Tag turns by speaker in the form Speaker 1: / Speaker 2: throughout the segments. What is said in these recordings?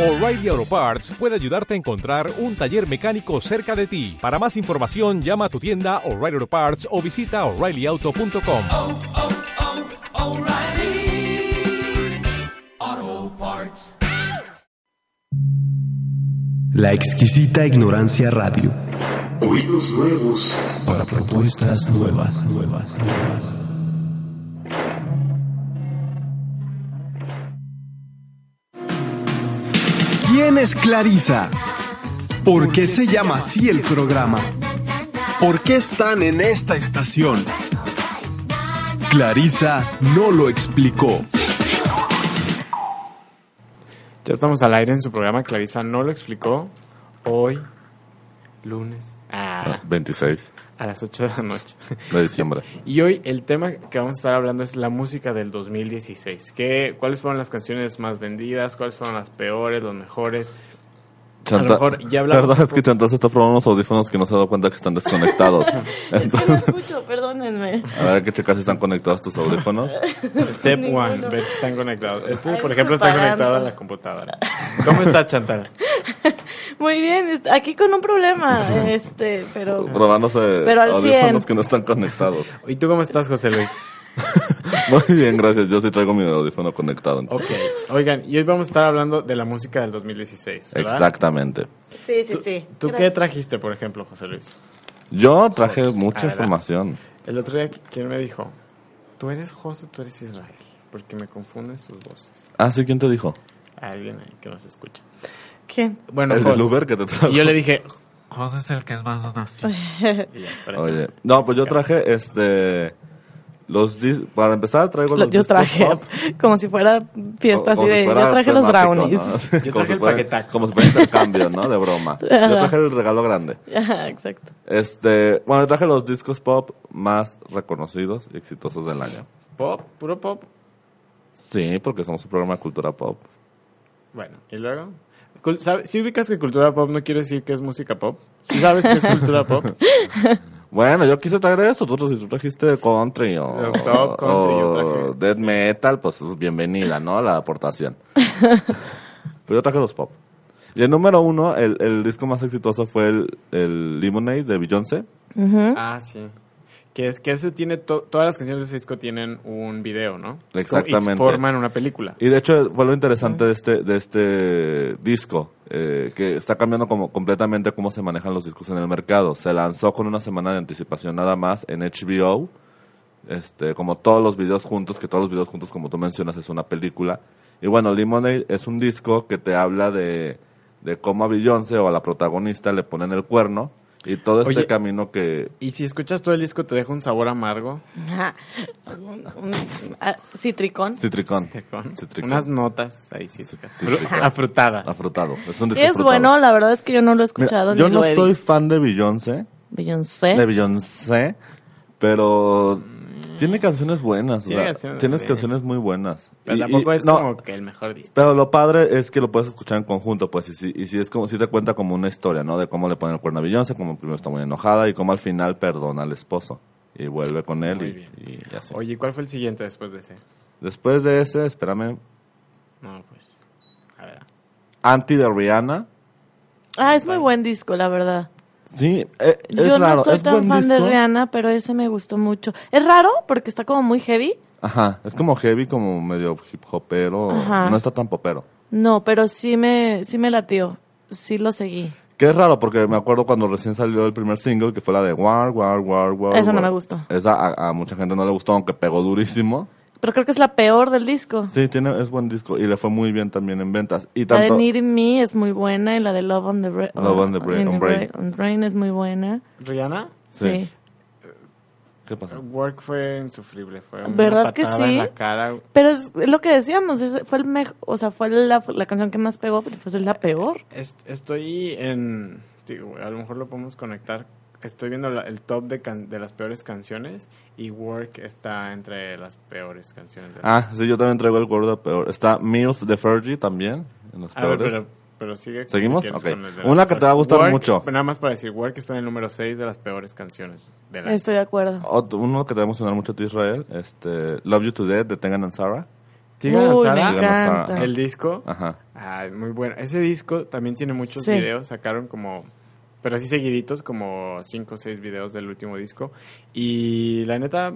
Speaker 1: O'Reilly Auto Parts puede ayudarte a encontrar un taller mecánico cerca de ti. Para más información, llama a tu tienda O'Reilly Auto Parts o visita oreillyauto.com.
Speaker 2: oh, oh, O'Reilly Auto Parts.
Speaker 3: La exquisita ignorancia radio.
Speaker 4: Oídos nuevos.
Speaker 3: Para propuestas nuevas, nuevas, nuevas. ¿Quién es Clarisa? ¿Por qué se llama así el programa? ¿Por qué están en esta estación? Clarisa no lo explicó.
Speaker 5: Ya estamos al aire en su programa. Clarisa no lo explicó. Hoy, lunes, ah,
Speaker 6: 26
Speaker 5: a las 8 de la noche.
Speaker 6: de diciembre.
Speaker 5: Y hoy el tema que vamos a estar hablando es la música del 2016. ¿Qué, ¿Cuáles fueron las canciones más vendidas? ¿Cuáles fueron las peores, los mejores?
Speaker 6: Chanta-
Speaker 5: lo mejor ya hablamos
Speaker 6: La verdad
Speaker 5: un
Speaker 6: es que Chantal se está probando unos audífonos que no se ha dado cuenta que están desconectados.
Speaker 7: Es que no
Speaker 6: Entonces,
Speaker 7: escucho, perdónenme.
Speaker 6: a ver, hay que checar si están conectados tus audífonos.
Speaker 5: Step
Speaker 7: Ninguno.
Speaker 5: one, ver si están conectados. Este,
Speaker 7: Ay,
Speaker 5: por ejemplo, está
Speaker 7: preparando.
Speaker 5: conectado a la computadora. ¿Cómo está Chantal?
Speaker 7: Muy bien, est- aquí con un problema, este, pero
Speaker 6: Probándose
Speaker 7: Pero al
Speaker 6: audífonos
Speaker 7: 100.
Speaker 6: que no están conectados.
Speaker 5: ¿Y tú cómo estás, José Luis?
Speaker 6: Muy bien, gracias. Yo sí traigo mi audífono conectado.
Speaker 5: Ok. Oigan, y hoy vamos a estar hablando de la música del 2016. ¿verdad?
Speaker 6: Exactamente.
Speaker 7: sí, sí, sí.
Speaker 5: ¿Tú qué
Speaker 7: Gracias.
Speaker 5: trajiste, por ejemplo, José Luis?
Speaker 6: Yo traje
Speaker 5: Pues,
Speaker 6: mucha
Speaker 5: adelante.
Speaker 6: información.
Speaker 5: El otro día, ¿quién me dijo? ¿Tú eres José tú eres Israel? Porque me confunden sus voces.
Speaker 6: Ah, sí, ¿quién te dijo?
Speaker 5: Alguien ahí que nos escucha.
Speaker 7: ¿Quién?
Speaker 5: Bueno,
Speaker 6: El
Speaker 5: Jos.
Speaker 6: del Uber que te trajo.
Speaker 5: Y yo le dije, José es el que es más nazi. Y ya, para
Speaker 6: Oye,
Speaker 5: que-
Speaker 6: no, pues yo traje este. Los dis- para empezar, traigo
Speaker 7: Lo-
Speaker 6: los
Speaker 7: yo
Speaker 6: discos
Speaker 7: traje
Speaker 6: pop.
Speaker 7: como si fuera fiesta así
Speaker 6: Como si
Speaker 7: de.
Speaker 6: fuera
Speaker 7: yo traje los
Speaker 6: temático,
Speaker 7: brownies.
Speaker 6: ¿no?
Speaker 5: Yo
Speaker 6: Como
Speaker 5: traje
Speaker 6: si
Speaker 5: el
Speaker 6: fuera-
Speaker 5: paquetaxo.
Speaker 6: Como si fuera intercambio, ¿no? De broma. Yo traje el regalo grande.
Speaker 7: Ajá, Exacto.
Speaker 6: Este, bueno, traje los discos pop más reconocidos y exitosos del año.
Speaker 5: ¿Pop? ¿Puro pop?
Speaker 6: Sí, porque somos un programa de cultura pop.
Speaker 5: Bueno, ¿y luego? Cul- ¿sabe- Si ubicas que cultura pop no quiere decir que es música pop. Si sabes que es cultura pop,
Speaker 6: Bueno, yo quise traer eso. Tú, si tú trajiste country o,
Speaker 5: Yo traje country, yo
Speaker 6: o
Speaker 5: traje-
Speaker 6: death metal, pues bienvenida, ¿no? La aportación. Pero yo traje los pop. Y el número uno, el, el disco más exitoso fue el, el Lemonade de Beyoncé.
Speaker 7: Ujú.
Speaker 5: Ah, sí. Que, es, que ese tiene to- todas las canciones de ese disco tienen un video, ¿no? Es como-
Speaker 6: Exactamente.
Speaker 5: Y forman una película.
Speaker 6: Y de hecho fue lo interesante de este, de este disco, eh, que está cambiando como completamente cómo se manejan los discos en el mercado. Se lanzó con una semana de anticipación nada más en HBO, este, como todos los videos juntos, que todos los videos juntos, como tú mencionas, es una película. Y bueno, Lemonade es un disco que te habla de, de cómo a Beyoncé o a la protagonista le ponen el cuerno y todo este
Speaker 5: Oye.
Speaker 6: camino que...
Speaker 5: Y si escuchas todo el disco te deja un sabor amargo.
Speaker 7: Ajá. Un- un- ah, citricón.
Speaker 6: Citricón.
Speaker 5: Con
Speaker 6: Citricón.
Speaker 5: unas notas ahí sí,
Speaker 6: sí, sí.
Speaker 5: afrutadas.
Speaker 6: Afrutado. Es un
Speaker 7: Sí,
Speaker 6: disco
Speaker 7: es
Speaker 6: afrutado.
Speaker 7: bueno, la verdad es que yo no lo
Speaker 6: Mira,
Speaker 7: he escuchado.
Speaker 6: yo
Speaker 7: ni
Speaker 6: no
Speaker 7: lo he
Speaker 6: soy
Speaker 7: visto.
Speaker 6: fan de Beyoncé.
Speaker 7: Beyoncé.
Speaker 6: de Beyoncé, pero tiene canciones buenas. o
Speaker 5: Tiene
Speaker 6: sea,
Speaker 5: canciones
Speaker 6: tienes
Speaker 5: buenas.
Speaker 6: canciones muy buenas.
Speaker 5: Pero
Speaker 6: Y- y-
Speaker 5: tampoco es
Speaker 6: no,
Speaker 5: como que el mejor disco.
Speaker 6: Pero lo padre es que lo puedes escuchar en conjunto, pues, y si, y si es como, si te cuenta como una historia, ¿no? De cómo le ponen el cuerno a Beyoncé, cómo primero está muy enojada y cómo al final perdona al esposo. Y vuelve con él
Speaker 5: Muy
Speaker 6: y, y así.
Speaker 5: Oye, ¿cuál fue el siguiente después de ese?
Speaker 6: Después de ese, espérame,
Speaker 5: No, pues. A ver.
Speaker 6: Anti de Rihanna.
Speaker 7: Ah, es muy buen disco, la verdad.
Speaker 6: Sí, eh, es
Speaker 7: yo
Speaker 6: raro.
Speaker 7: no soy
Speaker 6: es
Speaker 7: tan
Speaker 6: buen
Speaker 7: fan de
Speaker 6: disco.
Speaker 7: Rihanna, pero ese me gustó mucho. Es raro porque está como muy heavy.
Speaker 6: Ajá, es como heavy, como medio hip hopero.
Speaker 7: Ajá.
Speaker 6: No está tan popero.
Speaker 7: No, pero sí me, sí me latió. Sí lo seguí.
Speaker 6: Que es raro, porque me acuerdo cuando recién salió el primer single, que fue la de War, War, War, War.
Speaker 7: Esa no
Speaker 6: War.
Speaker 7: me gustó.
Speaker 6: Esa a, a mucha gente no le gustó, aunque pegó durísimo.
Speaker 7: Pero creo que es la peor del disco.
Speaker 6: Sí, tiene, es buen disco y le fue muy bien también en ventas. Y
Speaker 7: la de
Speaker 6: tanto,
Speaker 7: Need in Me es muy buena y la de Love on the, Bra- oh,
Speaker 6: Love on the Bra-
Speaker 7: in
Speaker 6: on
Speaker 7: Bra-
Speaker 6: Brain.
Speaker 7: on Brain es muy buena.
Speaker 5: ¿Rihanna?
Speaker 6: Sí.
Speaker 7: Sí.
Speaker 6: ¿Qué pasa?
Speaker 5: Work fue insufrible. Fue una
Speaker 7: ¿Verdad que
Speaker 5: patada
Speaker 7: sí?
Speaker 5: en la cara.
Speaker 7: Pero es lo que decíamos, es- fue el mej- o sea, fue la, la canción que más pegó, pero fue la peor.
Speaker 5: Es- estoy en. digo, a lo mejor lo podemos conectar. Estoy viendo la- el top de, can- de las peores canciones y Work está entre las peores canciones. De
Speaker 6: Ah, sí, yo también traigo el gordo peor. Está MILF de Fergie también, en los
Speaker 5: A ver,
Speaker 6: peores.
Speaker 5: pero, pero sigue. si
Speaker 6: ¿Seguimos?
Speaker 5: quieres,
Speaker 6: Ok.
Speaker 5: con el de
Speaker 6: Una
Speaker 5: las
Speaker 6: que te
Speaker 5: peores.
Speaker 6: va a gustar
Speaker 5: Work,
Speaker 6: mucho.
Speaker 5: Nada más para decir, Work está en el número 6 de las peores canciones del año.
Speaker 6: Oh.
Speaker 7: Estoy de acuerdo.
Speaker 6: Otro- uno que te va a emocionar mucho a ti, Israel, este, Love You To Death de Tengan and Sarah.
Speaker 5: Sigan
Speaker 7: Uy, me
Speaker 5: Sara,
Speaker 7: encanta.
Speaker 6: Ajá.
Speaker 5: el disco.
Speaker 6: Ajá.
Speaker 5: Ay, muy bueno. Ese disco también tiene muchos
Speaker 7: Sí.
Speaker 5: videos. Sacaron como, pero así seguiditos, como cinco o seis videos del último disco. Y la neta,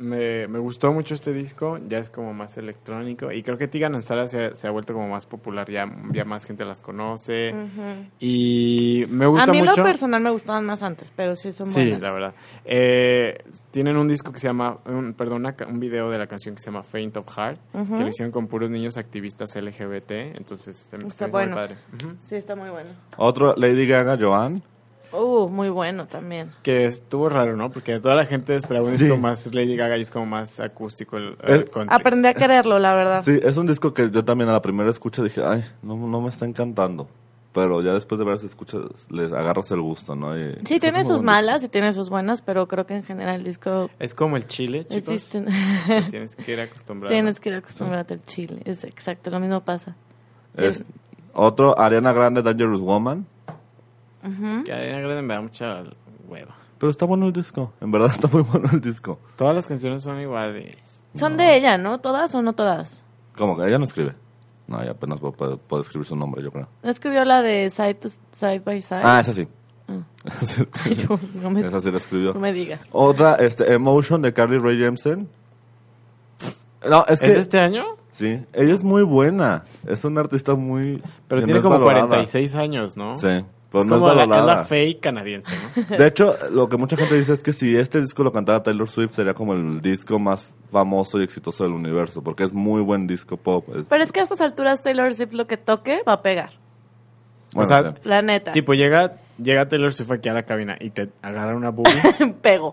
Speaker 5: me, me gustó mucho este disco. Ya es como más electrónico. Y creo que Tigan and Sara se, ha- se ha vuelto como más popular. Ya, ya más gente las conoce.
Speaker 7: Ujú.
Speaker 5: Y me gusta
Speaker 7: Mm. A mí
Speaker 5: mucho.
Speaker 7: lo personal me gustaban más antes, pero sí son
Speaker 5: Sí,
Speaker 7: buenas.
Speaker 5: la verdad. Eh, tienen un disco que se llama, un, perdón, una ca- un video de la canción que se llama Faint of Heart,
Speaker 7: Ujú.
Speaker 5: que lo hicieron con puros niños activistas LGBT, entonces se me se me hizo
Speaker 7: Está
Speaker 5: muy
Speaker 7: bueno.
Speaker 5: padre. Ujú.
Speaker 7: Sí, está muy bueno.
Speaker 6: Otro, Lady Gaga, Joan.
Speaker 7: Uh, muy bueno también.
Speaker 5: Que estuvo raro, ¿no? Porque toda la gente esperaba un
Speaker 6: Sí.
Speaker 5: disco más Lady Gaga y es como más acústico el, el
Speaker 6: Eh,
Speaker 5: country.
Speaker 7: Aprendí a quererlo, la verdad.
Speaker 6: Sí, es un disco que yo también a la primera escucha dije, ay, no, no me está encantando. Pero ya después de ver escuchas, le agarras el gusto, ¿no? Y-
Speaker 7: Sí, tiene
Speaker 6: es muy bonito.
Speaker 7: sus malas y tiene sus buenas, pero creo que en general el disco
Speaker 5: Es como el chile, chicos.
Speaker 7: existe.
Speaker 5: Te Tienes que ir acostumbrado.
Speaker 7: Tienes que ir acostumbrarte al chile. Es exacto, lo mismo pasa.
Speaker 6: Es- otro, Ariana Grande, Dangerous Woman.
Speaker 5: Que Ariana Grande me da mucha hueva.
Speaker 6: Pero está bueno el disco, en verdad está muy bueno el disco.
Speaker 5: Todas las canciones son iguales.
Speaker 7: Son de ella, ¿no? ¿Todas o no todas?
Speaker 6: Como que ella no escribe. No, ella apenas pu- puede, puede escribir su nombre, yo creo.
Speaker 7: ¿No escribió la de Side, to side by Side?
Speaker 6: Ah, esa sí.
Speaker 7: Ah.
Speaker 6: esa
Speaker 7: no, no me,
Speaker 6: sí la escribió.
Speaker 7: no me digas.
Speaker 6: Otra, este, Emotion de Carly Rae Jepsen. No, es que...
Speaker 5: ¿Es de este año?
Speaker 6: Sí, ella es muy buena. Es una artista muy...
Speaker 5: Pero
Speaker 6: que
Speaker 5: tiene
Speaker 6: no es
Speaker 5: como
Speaker 6: valorada.
Speaker 5: 46 años, ¿no?
Speaker 6: Sí, pero
Speaker 5: es
Speaker 6: no es
Speaker 5: como la, es
Speaker 6: valorada.
Speaker 5: la fake canadiense, ¿no?
Speaker 6: De hecho, lo que mucha gente dice es que si este disco lo cantara Taylor Swift sería como el disco más famoso y exitoso del universo, porque es muy buen disco pop. Es-
Speaker 7: Pero es que a estas alturas Taylor Swift lo que toque va a pegar.
Speaker 6: bueno,
Speaker 5: o sea,
Speaker 6: sí.
Speaker 7: La neta.
Speaker 5: Tipo, llega, llega Taylor Swift aquí a la cabina y te agarra una boobie,
Speaker 7: Pego.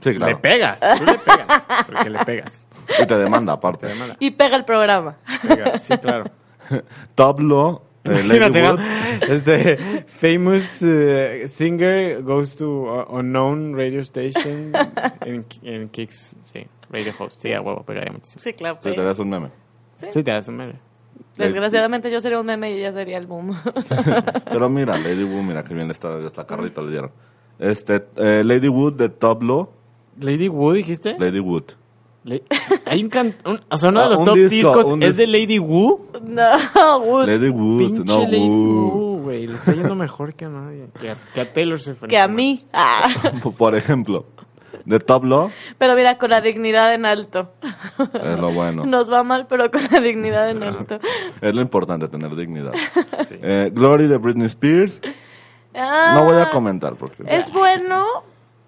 Speaker 6: Sí,
Speaker 5: le
Speaker 6: claro.
Speaker 5: pegas. Tú le pegas. Porque le pegas.
Speaker 6: Y te demanda
Speaker 5: Te
Speaker 6: aparte.
Speaker 5: demanda.
Speaker 7: Y pega el programa.
Speaker 5: Pega, Sí, claro.
Speaker 6: Tablo, eh, Lady
Speaker 5: Imagínate, ¿no?
Speaker 6: Wood.
Speaker 5: Este, famous eh, singer goes to a- unknown radio station en, en Kicks. Sí, radio host. Sí, a huevo, pegaría muchísimo.
Speaker 7: Sí, claro.
Speaker 6: Sí, te
Speaker 7: pega.
Speaker 6: ves un meme.
Speaker 5: Sí, te das un meme.
Speaker 7: Desgraciadamente yo sería un meme y ella sería el boom.
Speaker 6: Pero mira, Lady Wood, mira que bien le está, esta carrita le dieron. Este, eh, Lady Wood de Tablo,
Speaker 5: ¿Lady Wood dijiste?
Speaker 6: Lady Wood.
Speaker 5: Le- Hay un, can- un- O sea, uno
Speaker 6: Ah,
Speaker 5: de los
Speaker 6: un
Speaker 5: top
Speaker 6: disco,
Speaker 5: discos
Speaker 6: un
Speaker 5: es
Speaker 6: dis-
Speaker 5: de Lady Wood.
Speaker 7: no, Wood.
Speaker 6: Lady Wood,
Speaker 5: Pinche
Speaker 6: no uh.
Speaker 5: Lady
Speaker 6: Wood.
Speaker 5: Wood, güey. Le está yendo mejor que a nadie. Que a, que a Taylor Swift. en
Speaker 7: que a
Speaker 5: este momento.
Speaker 7: mí. Ah.
Speaker 6: Por ejemplo, de Tablo,
Speaker 7: Pero mira, con la dignidad en alto.
Speaker 6: es lo bueno.
Speaker 7: Nos va mal, pero con la dignidad en alto.
Speaker 6: Es lo importante, tener dignidad. Eh, Glory de Britney Spears. No
Speaker 5: Ah.
Speaker 6: voy a comentar porque...
Speaker 7: Ah, Es bueno.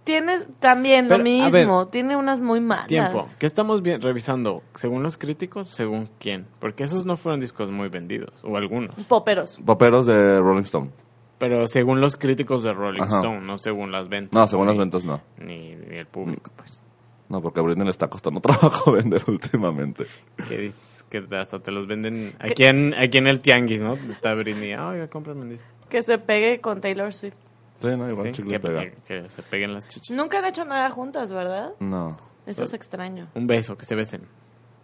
Speaker 7: Tiene también
Speaker 5: Pero,
Speaker 7: lo
Speaker 5: a
Speaker 7: mismo. Tiene unas muy malas.
Speaker 5: Tiempo. ¿Qué estamos bien, revisando? ¿Según los críticos? ¿Según quién? Porque esos no fueron discos muy vendidos, o algunos.
Speaker 7: Poperos.
Speaker 6: Paperos de Rolling Stone.
Speaker 5: Pero según los críticos de Rolling
Speaker 6: Ajá.
Speaker 5: Stone, no según las ventas.
Speaker 6: No, según las
Speaker 5: ni-
Speaker 6: ventas no.
Speaker 5: Ni, ni el público, pues.
Speaker 6: No, porque a Britney le está costando trabajo vender últimamente.
Speaker 5: Que, dices que hasta te los venden aquí en, aquí en el tianguis, ¿no? Está Britney. "Ah, Oiga, cómprame un disco.
Speaker 7: Que se pegue con Taylor Swift.
Speaker 6: Sí, no, igual
Speaker 5: Sí,
Speaker 6: chicle
Speaker 5: Que,
Speaker 6: pega.
Speaker 5: que se peguen las chichis.
Speaker 7: Nunca han hecho nada juntas, ¿verdad?
Speaker 6: No.
Speaker 7: Eso es extraño.
Speaker 5: Un beso, que se besen.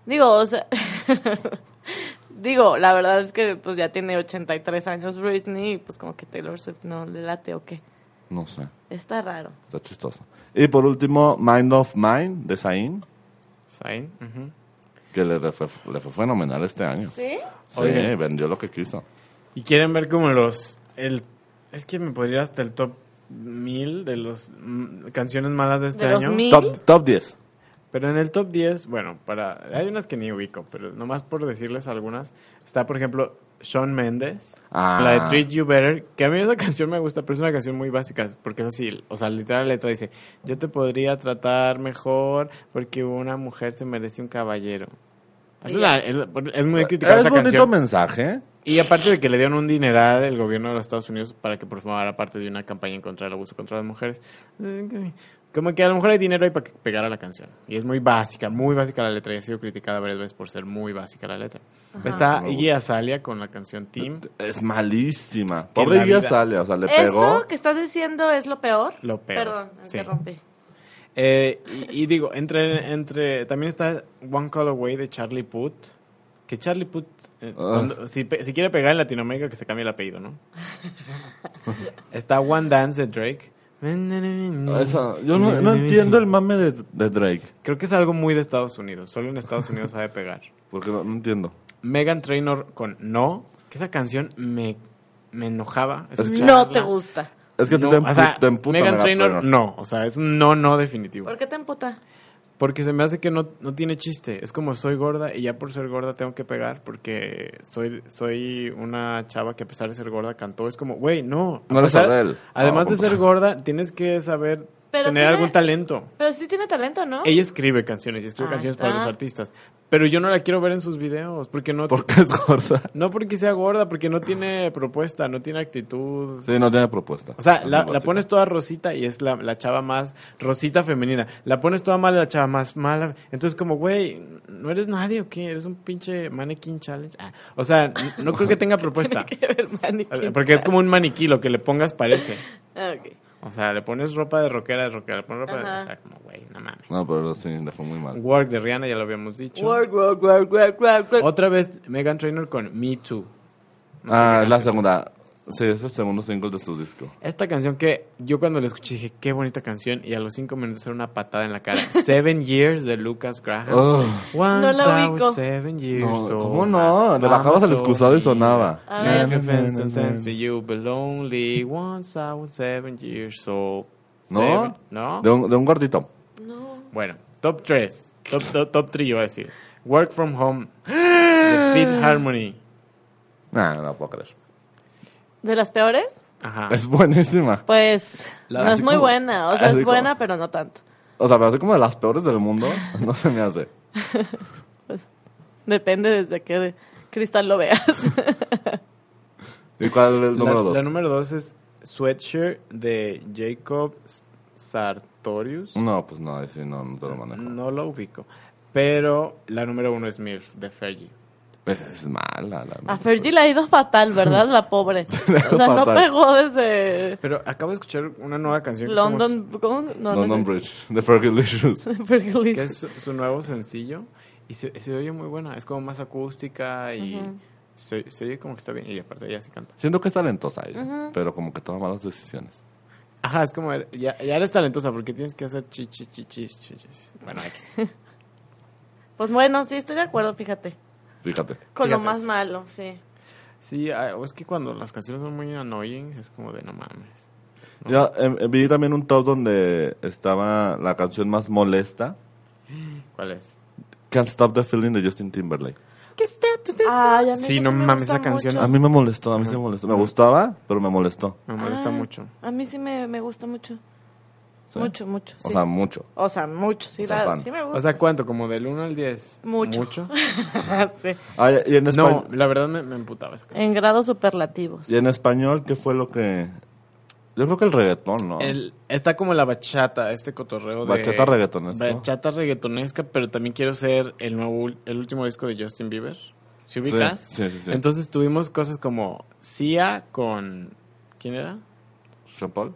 Speaker 7: Digo, o sea. digo, la verdad es que pues ya tiene 83 años Britney. Y pues como que Taylor Swift no le late o qué.
Speaker 6: No sé.
Speaker 7: Está raro.
Speaker 6: Está chistoso. Y por último, Mind of Mine de Zayn,
Speaker 5: ¿Saben? Ujú.
Speaker 6: que le, re- fue, le fue fenomenal este año. Sí,
Speaker 7: ¿Sí?
Speaker 5: Oigan.
Speaker 6: vendió lo que quiso.
Speaker 5: Y quieren ver como los... El, es que me podría ir hasta el top mil de las canciones malas de este
Speaker 7: De los
Speaker 5: año.
Speaker 7: mil. ¿Y?
Speaker 6: Top, top 10.
Speaker 5: Pero en el top 10, bueno, para hay unas que ni ubico, pero nomás por decirles algunas, está por ejemplo Sean Mendes,
Speaker 6: Ah.
Speaker 5: la de Treat You Better, que a mí esa canción me gusta, pero es una canción muy básica, porque es así, o sea, literal la letra dice, yo te podría tratar mejor porque una mujer se merece un caballero. Es, la- es la- es muy criticada
Speaker 6: Eh, Es
Speaker 5: esa
Speaker 6: bonito
Speaker 5: canción.
Speaker 6: mensaje.
Speaker 5: Y aparte de que le dieron un dineral el gobierno de los Estados Unidos para que formara parte de una campaña en contra del abuso contra las mujeres. Como que a lo mejor hay dinero ahí para que pegara la canción. Y es muy básica, muy básica la letra. Y ha sido criticada varias veces por ser muy básica la letra. Está
Speaker 6: No me
Speaker 5: Iggy Azalea con la canción Team.
Speaker 6: Es malísima.
Speaker 5: Que
Speaker 6: Pobre
Speaker 5: la
Speaker 6: ella
Speaker 5: vida-
Speaker 6: sale, o sea, le pegó.
Speaker 7: Esto que estás diciendo es lo peor.
Speaker 5: Lo peor,
Speaker 7: Perdón,
Speaker 5: sí.
Speaker 7: interrumpí.
Speaker 5: Eh, y, y digo, entre, entre... También está One Call Away de Charlie Puth. Que Charlie Puth, eh,
Speaker 6: Ah.
Speaker 5: cuando- si, pe- si quiere pegar en Latinoamérica, que se cambie el apellido, ¿no? está One Dance de Drake.
Speaker 6: Esa- yo no, no entiendo el mame de, de Drake.
Speaker 5: Creo que es algo muy de Estados Unidos. Solo en Estados Unidos sabe pegar.
Speaker 6: Porque no, no entiendo.
Speaker 5: Megan Trainor con No, que esa canción me, me enojaba.
Speaker 7: No te
Speaker 5: escucharla.
Speaker 7: gusta.
Speaker 6: Es que te-
Speaker 5: No,
Speaker 6: te,
Speaker 5: o
Speaker 6: empu-
Speaker 5: sea,
Speaker 6: te emputa
Speaker 5: Meghan
Speaker 6: Meghan
Speaker 5: Trainor,
Speaker 6: Trainor.
Speaker 5: no, o sea, es un no, no definitivo.
Speaker 7: ¿Por qué te emputa?
Speaker 5: Porque se me hace que no, no tiene chiste. Es como soy gorda y ya por ser gorda tengo que pegar porque soy, soy una chava que a pesar de ser gorda cantó. Es como, güey, no. a
Speaker 6: No eres
Speaker 5: pesar-
Speaker 6: Adele.
Speaker 5: Además
Speaker 6: No,
Speaker 5: de
Speaker 6: ¿cómo
Speaker 5: ser
Speaker 6: se-
Speaker 5: gorda, tienes que saber
Speaker 7: Pero
Speaker 5: tener
Speaker 7: tiene-
Speaker 5: algún talento.
Speaker 7: Pero sí tiene talento, ¿no?
Speaker 5: Ella escribe canciones y escribe
Speaker 7: Ahí
Speaker 5: canciones
Speaker 7: Ah, está.
Speaker 5: para los artistas. Pero yo no la quiero ver en sus videos porque no...
Speaker 6: ¿Por qué es gorda?
Speaker 5: No porque sea gorda, porque no tiene propuesta, no tiene actitud.
Speaker 6: Sí, no tiene propuesta.
Speaker 5: O sea,
Speaker 6: Es
Speaker 5: la,
Speaker 6: muy
Speaker 5: la
Speaker 6: básica.
Speaker 5: pones toda rosita y es la, la chava más rosita femenina. La pones toda mala, la chava más mala. Entonces, como, güey, ¿no eres nadie o qué? ¿Eres un pinche mannequin challenge? Ah, O sea, n- no creo que tenga propuesta.
Speaker 7: Tiene que ver maniquí.
Speaker 5: Eh, Porque es como un maniquí, lo que le pongas parece.
Speaker 7: Ah, ok.
Speaker 5: O sea, le pones ropa de rockera, de rockera, le pones ropa de...
Speaker 7: Ajá.
Speaker 5: O sea, como, güey, no mames.
Speaker 6: No, pero sí, le fue muy mal.
Speaker 5: Work de Rihanna, ya lo habíamos dicho.
Speaker 7: Work, work, work, work, work, work.
Speaker 5: Otra vez, Megan Trainor con Me Too.
Speaker 6: Ah, es la segunda. Sí, es el segundo single de su disco.
Speaker 5: Esta canción que yo cuando la escuché dije, qué bonita canción, y a los cinco minutos era una patada en la cara. Seven Years de Lucas Graham.
Speaker 7: Oh.
Speaker 6: Ugh.
Speaker 5: Once
Speaker 7: No la
Speaker 5: I was
Speaker 7: ubico.
Speaker 5: seven
Speaker 6: No,
Speaker 5: years old.
Speaker 6: ¿Cómo no? Le bajabas el
Speaker 5: so
Speaker 6: excusado y sonaba.
Speaker 7: A ver.
Speaker 5: Make a fence and send for you, but lonely. Once I was seven years old.
Speaker 6: ¿No?
Speaker 5: Seven- ¿No?
Speaker 6: De un, de un gordito.
Speaker 7: No.
Speaker 5: Bueno, top 3. Top, top, top 3 yo voy a decir. Work from home. The Fifth Harmony.
Speaker 6: Nah, Ah, no puedo creer.
Speaker 7: ¿De las peores?
Speaker 5: Ajá.
Speaker 6: Es buenísima.
Speaker 7: Pues
Speaker 6: La-
Speaker 7: no es
Speaker 6: así
Speaker 7: muy
Speaker 6: como-
Speaker 7: buena. O sea,
Speaker 6: así
Speaker 7: es buena,
Speaker 6: como-
Speaker 7: pero no tanto.
Speaker 6: O sea, pero así como de las peores del mundo, no se me hace.
Speaker 7: Depende desde qué cristal lo veas.
Speaker 6: ¿Y cuál es el número
Speaker 5: la,
Speaker 6: dos?
Speaker 5: la número 2 es Sweatshirt de Jacob S- Sartorius.
Speaker 6: No, pues no, ahí sí, no, no te lo manejo.
Speaker 5: No lo ubico. Pero la número 1 es MILF de Fergie.
Speaker 6: Es mala la
Speaker 7: A Fergie le ha ido fatal, ¿verdad? La pobre. O sea, no
Speaker 6: fatal.
Speaker 7: pegó desde
Speaker 5: Pero acabo de escuchar una nueva canción que es como
Speaker 7: London. ¿cómo? No, no
Speaker 6: London
Speaker 7: sé.
Speaker 6: Bridge, The Fergie Licious.
Speaker 7: Berkeley.
Speaker 5: que es su, su nuevo sencillo y se, se oye muy buena, es como más acústica y se, se oye como que está bien y aparte ella sí canta.
Speaker 6: Siento que es talentosa ella, pero como que toma malas decisiones.
Speaker 5: Ajá, es como, er- ya, ya eres talentosa porque tienes que hacer chi, chi, chi, chis, chi, chis. Bueno, X.
Speaker 7: Pues bueno, sí, estoy de acuerdo, fíjate.
Speaker 6: Fíjate.
Speaker 7: Con
Speaker 5: Fíjate.
Speaker 7: lo más malo, sí.
Speaker 5: Sí, ah, o es que cuando las canciones son muy annoying es como de no mames.
Speaker 6: Ya, em, em, vi también un top donde estaba la canción más molesta,
Speaker 5: ¿Cuál es?
Speaker 6: Can't Stop the Feeling de Justin Timberlake.
Speaker 7: Ah, ya
Speaker 5: Sí, no mames, esa canción.
Speaker 6: A mí me molestó, a mí sí me molestó. Me gustaba, pero me molestó.
Speaker 5: Me molesta mucho.
Speaker 7: Ah, A mí sí me, me gusta mucho.
Speaker 6: ¿sí?
Speaker 7: Mucho, mucho.
Speaker 6: O
Speaker 7: sí.
Speaker 6: sea, mucho.
Speaker 7: O sea, mucho, sí,
Speaker 6: o sea,
Speaker 7: la-
Speaker 6: fan.
Speaker 7: sí me
Speaker 5: O
Speaker 7: gusta.
Speaker 5: sea, ¿cuánto? ¿Como del 1 al 10?
Speaker 7: Mucho.
Speaker 5: ¿Mucho?
Speaker 7: Sí.
Speaker 6: Ah, y en
Speaker 5: No,
Speaker 6: español,
Speaker 5: la verdad me, me emputaba esa canción.
Speaker 7: En grados superlativos.
Speaker 6: y en español ¿qué fue lo que...? Yo creo que el reggaetón, ¿no?
Speaker 5: El- está como la bachata, este cotorreo de...
Speaker 6: Oh. Bachata reggaetonesca.
Speaker 5: Bachata reggaetonesca, pero también quiero ser el nuevo, el último disco de Justin Bieber. ¿Se ubicas?
Speaker 6: Sí, sí, sí, sí.
Speaker 5: Entonces tuvimos cosas como Sia con... ¿Quién era?
Speaker 6: Sean Paul.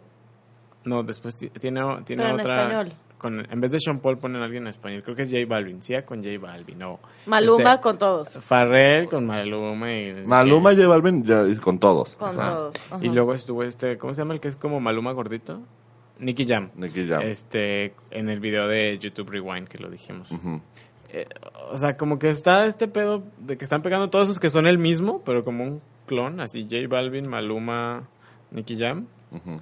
Speaker 5: No, después ti- tiene, o- tiene
Speaker 7: Pero en
Speaker 5: otra...
Speaker 7: español.
Speaker 5: Con, en vez de Sean Paul ponen a alguien en español. Creo que es J Balvin. Sia con J Balvin. No.
Speaker 7: Maluma
Speaker 5: Este,
Speaker 7: con todos.
Speaker 5: Farrell con Maluma y...
Speaker 6: Maluma y J Balvin ya, y con todos.
Speaker 7: Con
Speaker 6: o sea,
Speaker 7: todos. ajá.
Speaker 5: Y luego estuvo este... ¿Cómo se llama el que es como Maluma gordito? Nicky Jam.
Speaker 6: Nicky Jam.
Speaker 5: Este, en el video de YouTube Rewind que lo dijimos.
Speaker 6: Ujú.
Speaker 5: Eh, o sea, como que está este pedo de que están pegando todos esos que son el mismo, pero como un clon, así J Balvin, Maluma, Nicky Jam.
Speaker 6: Ujú.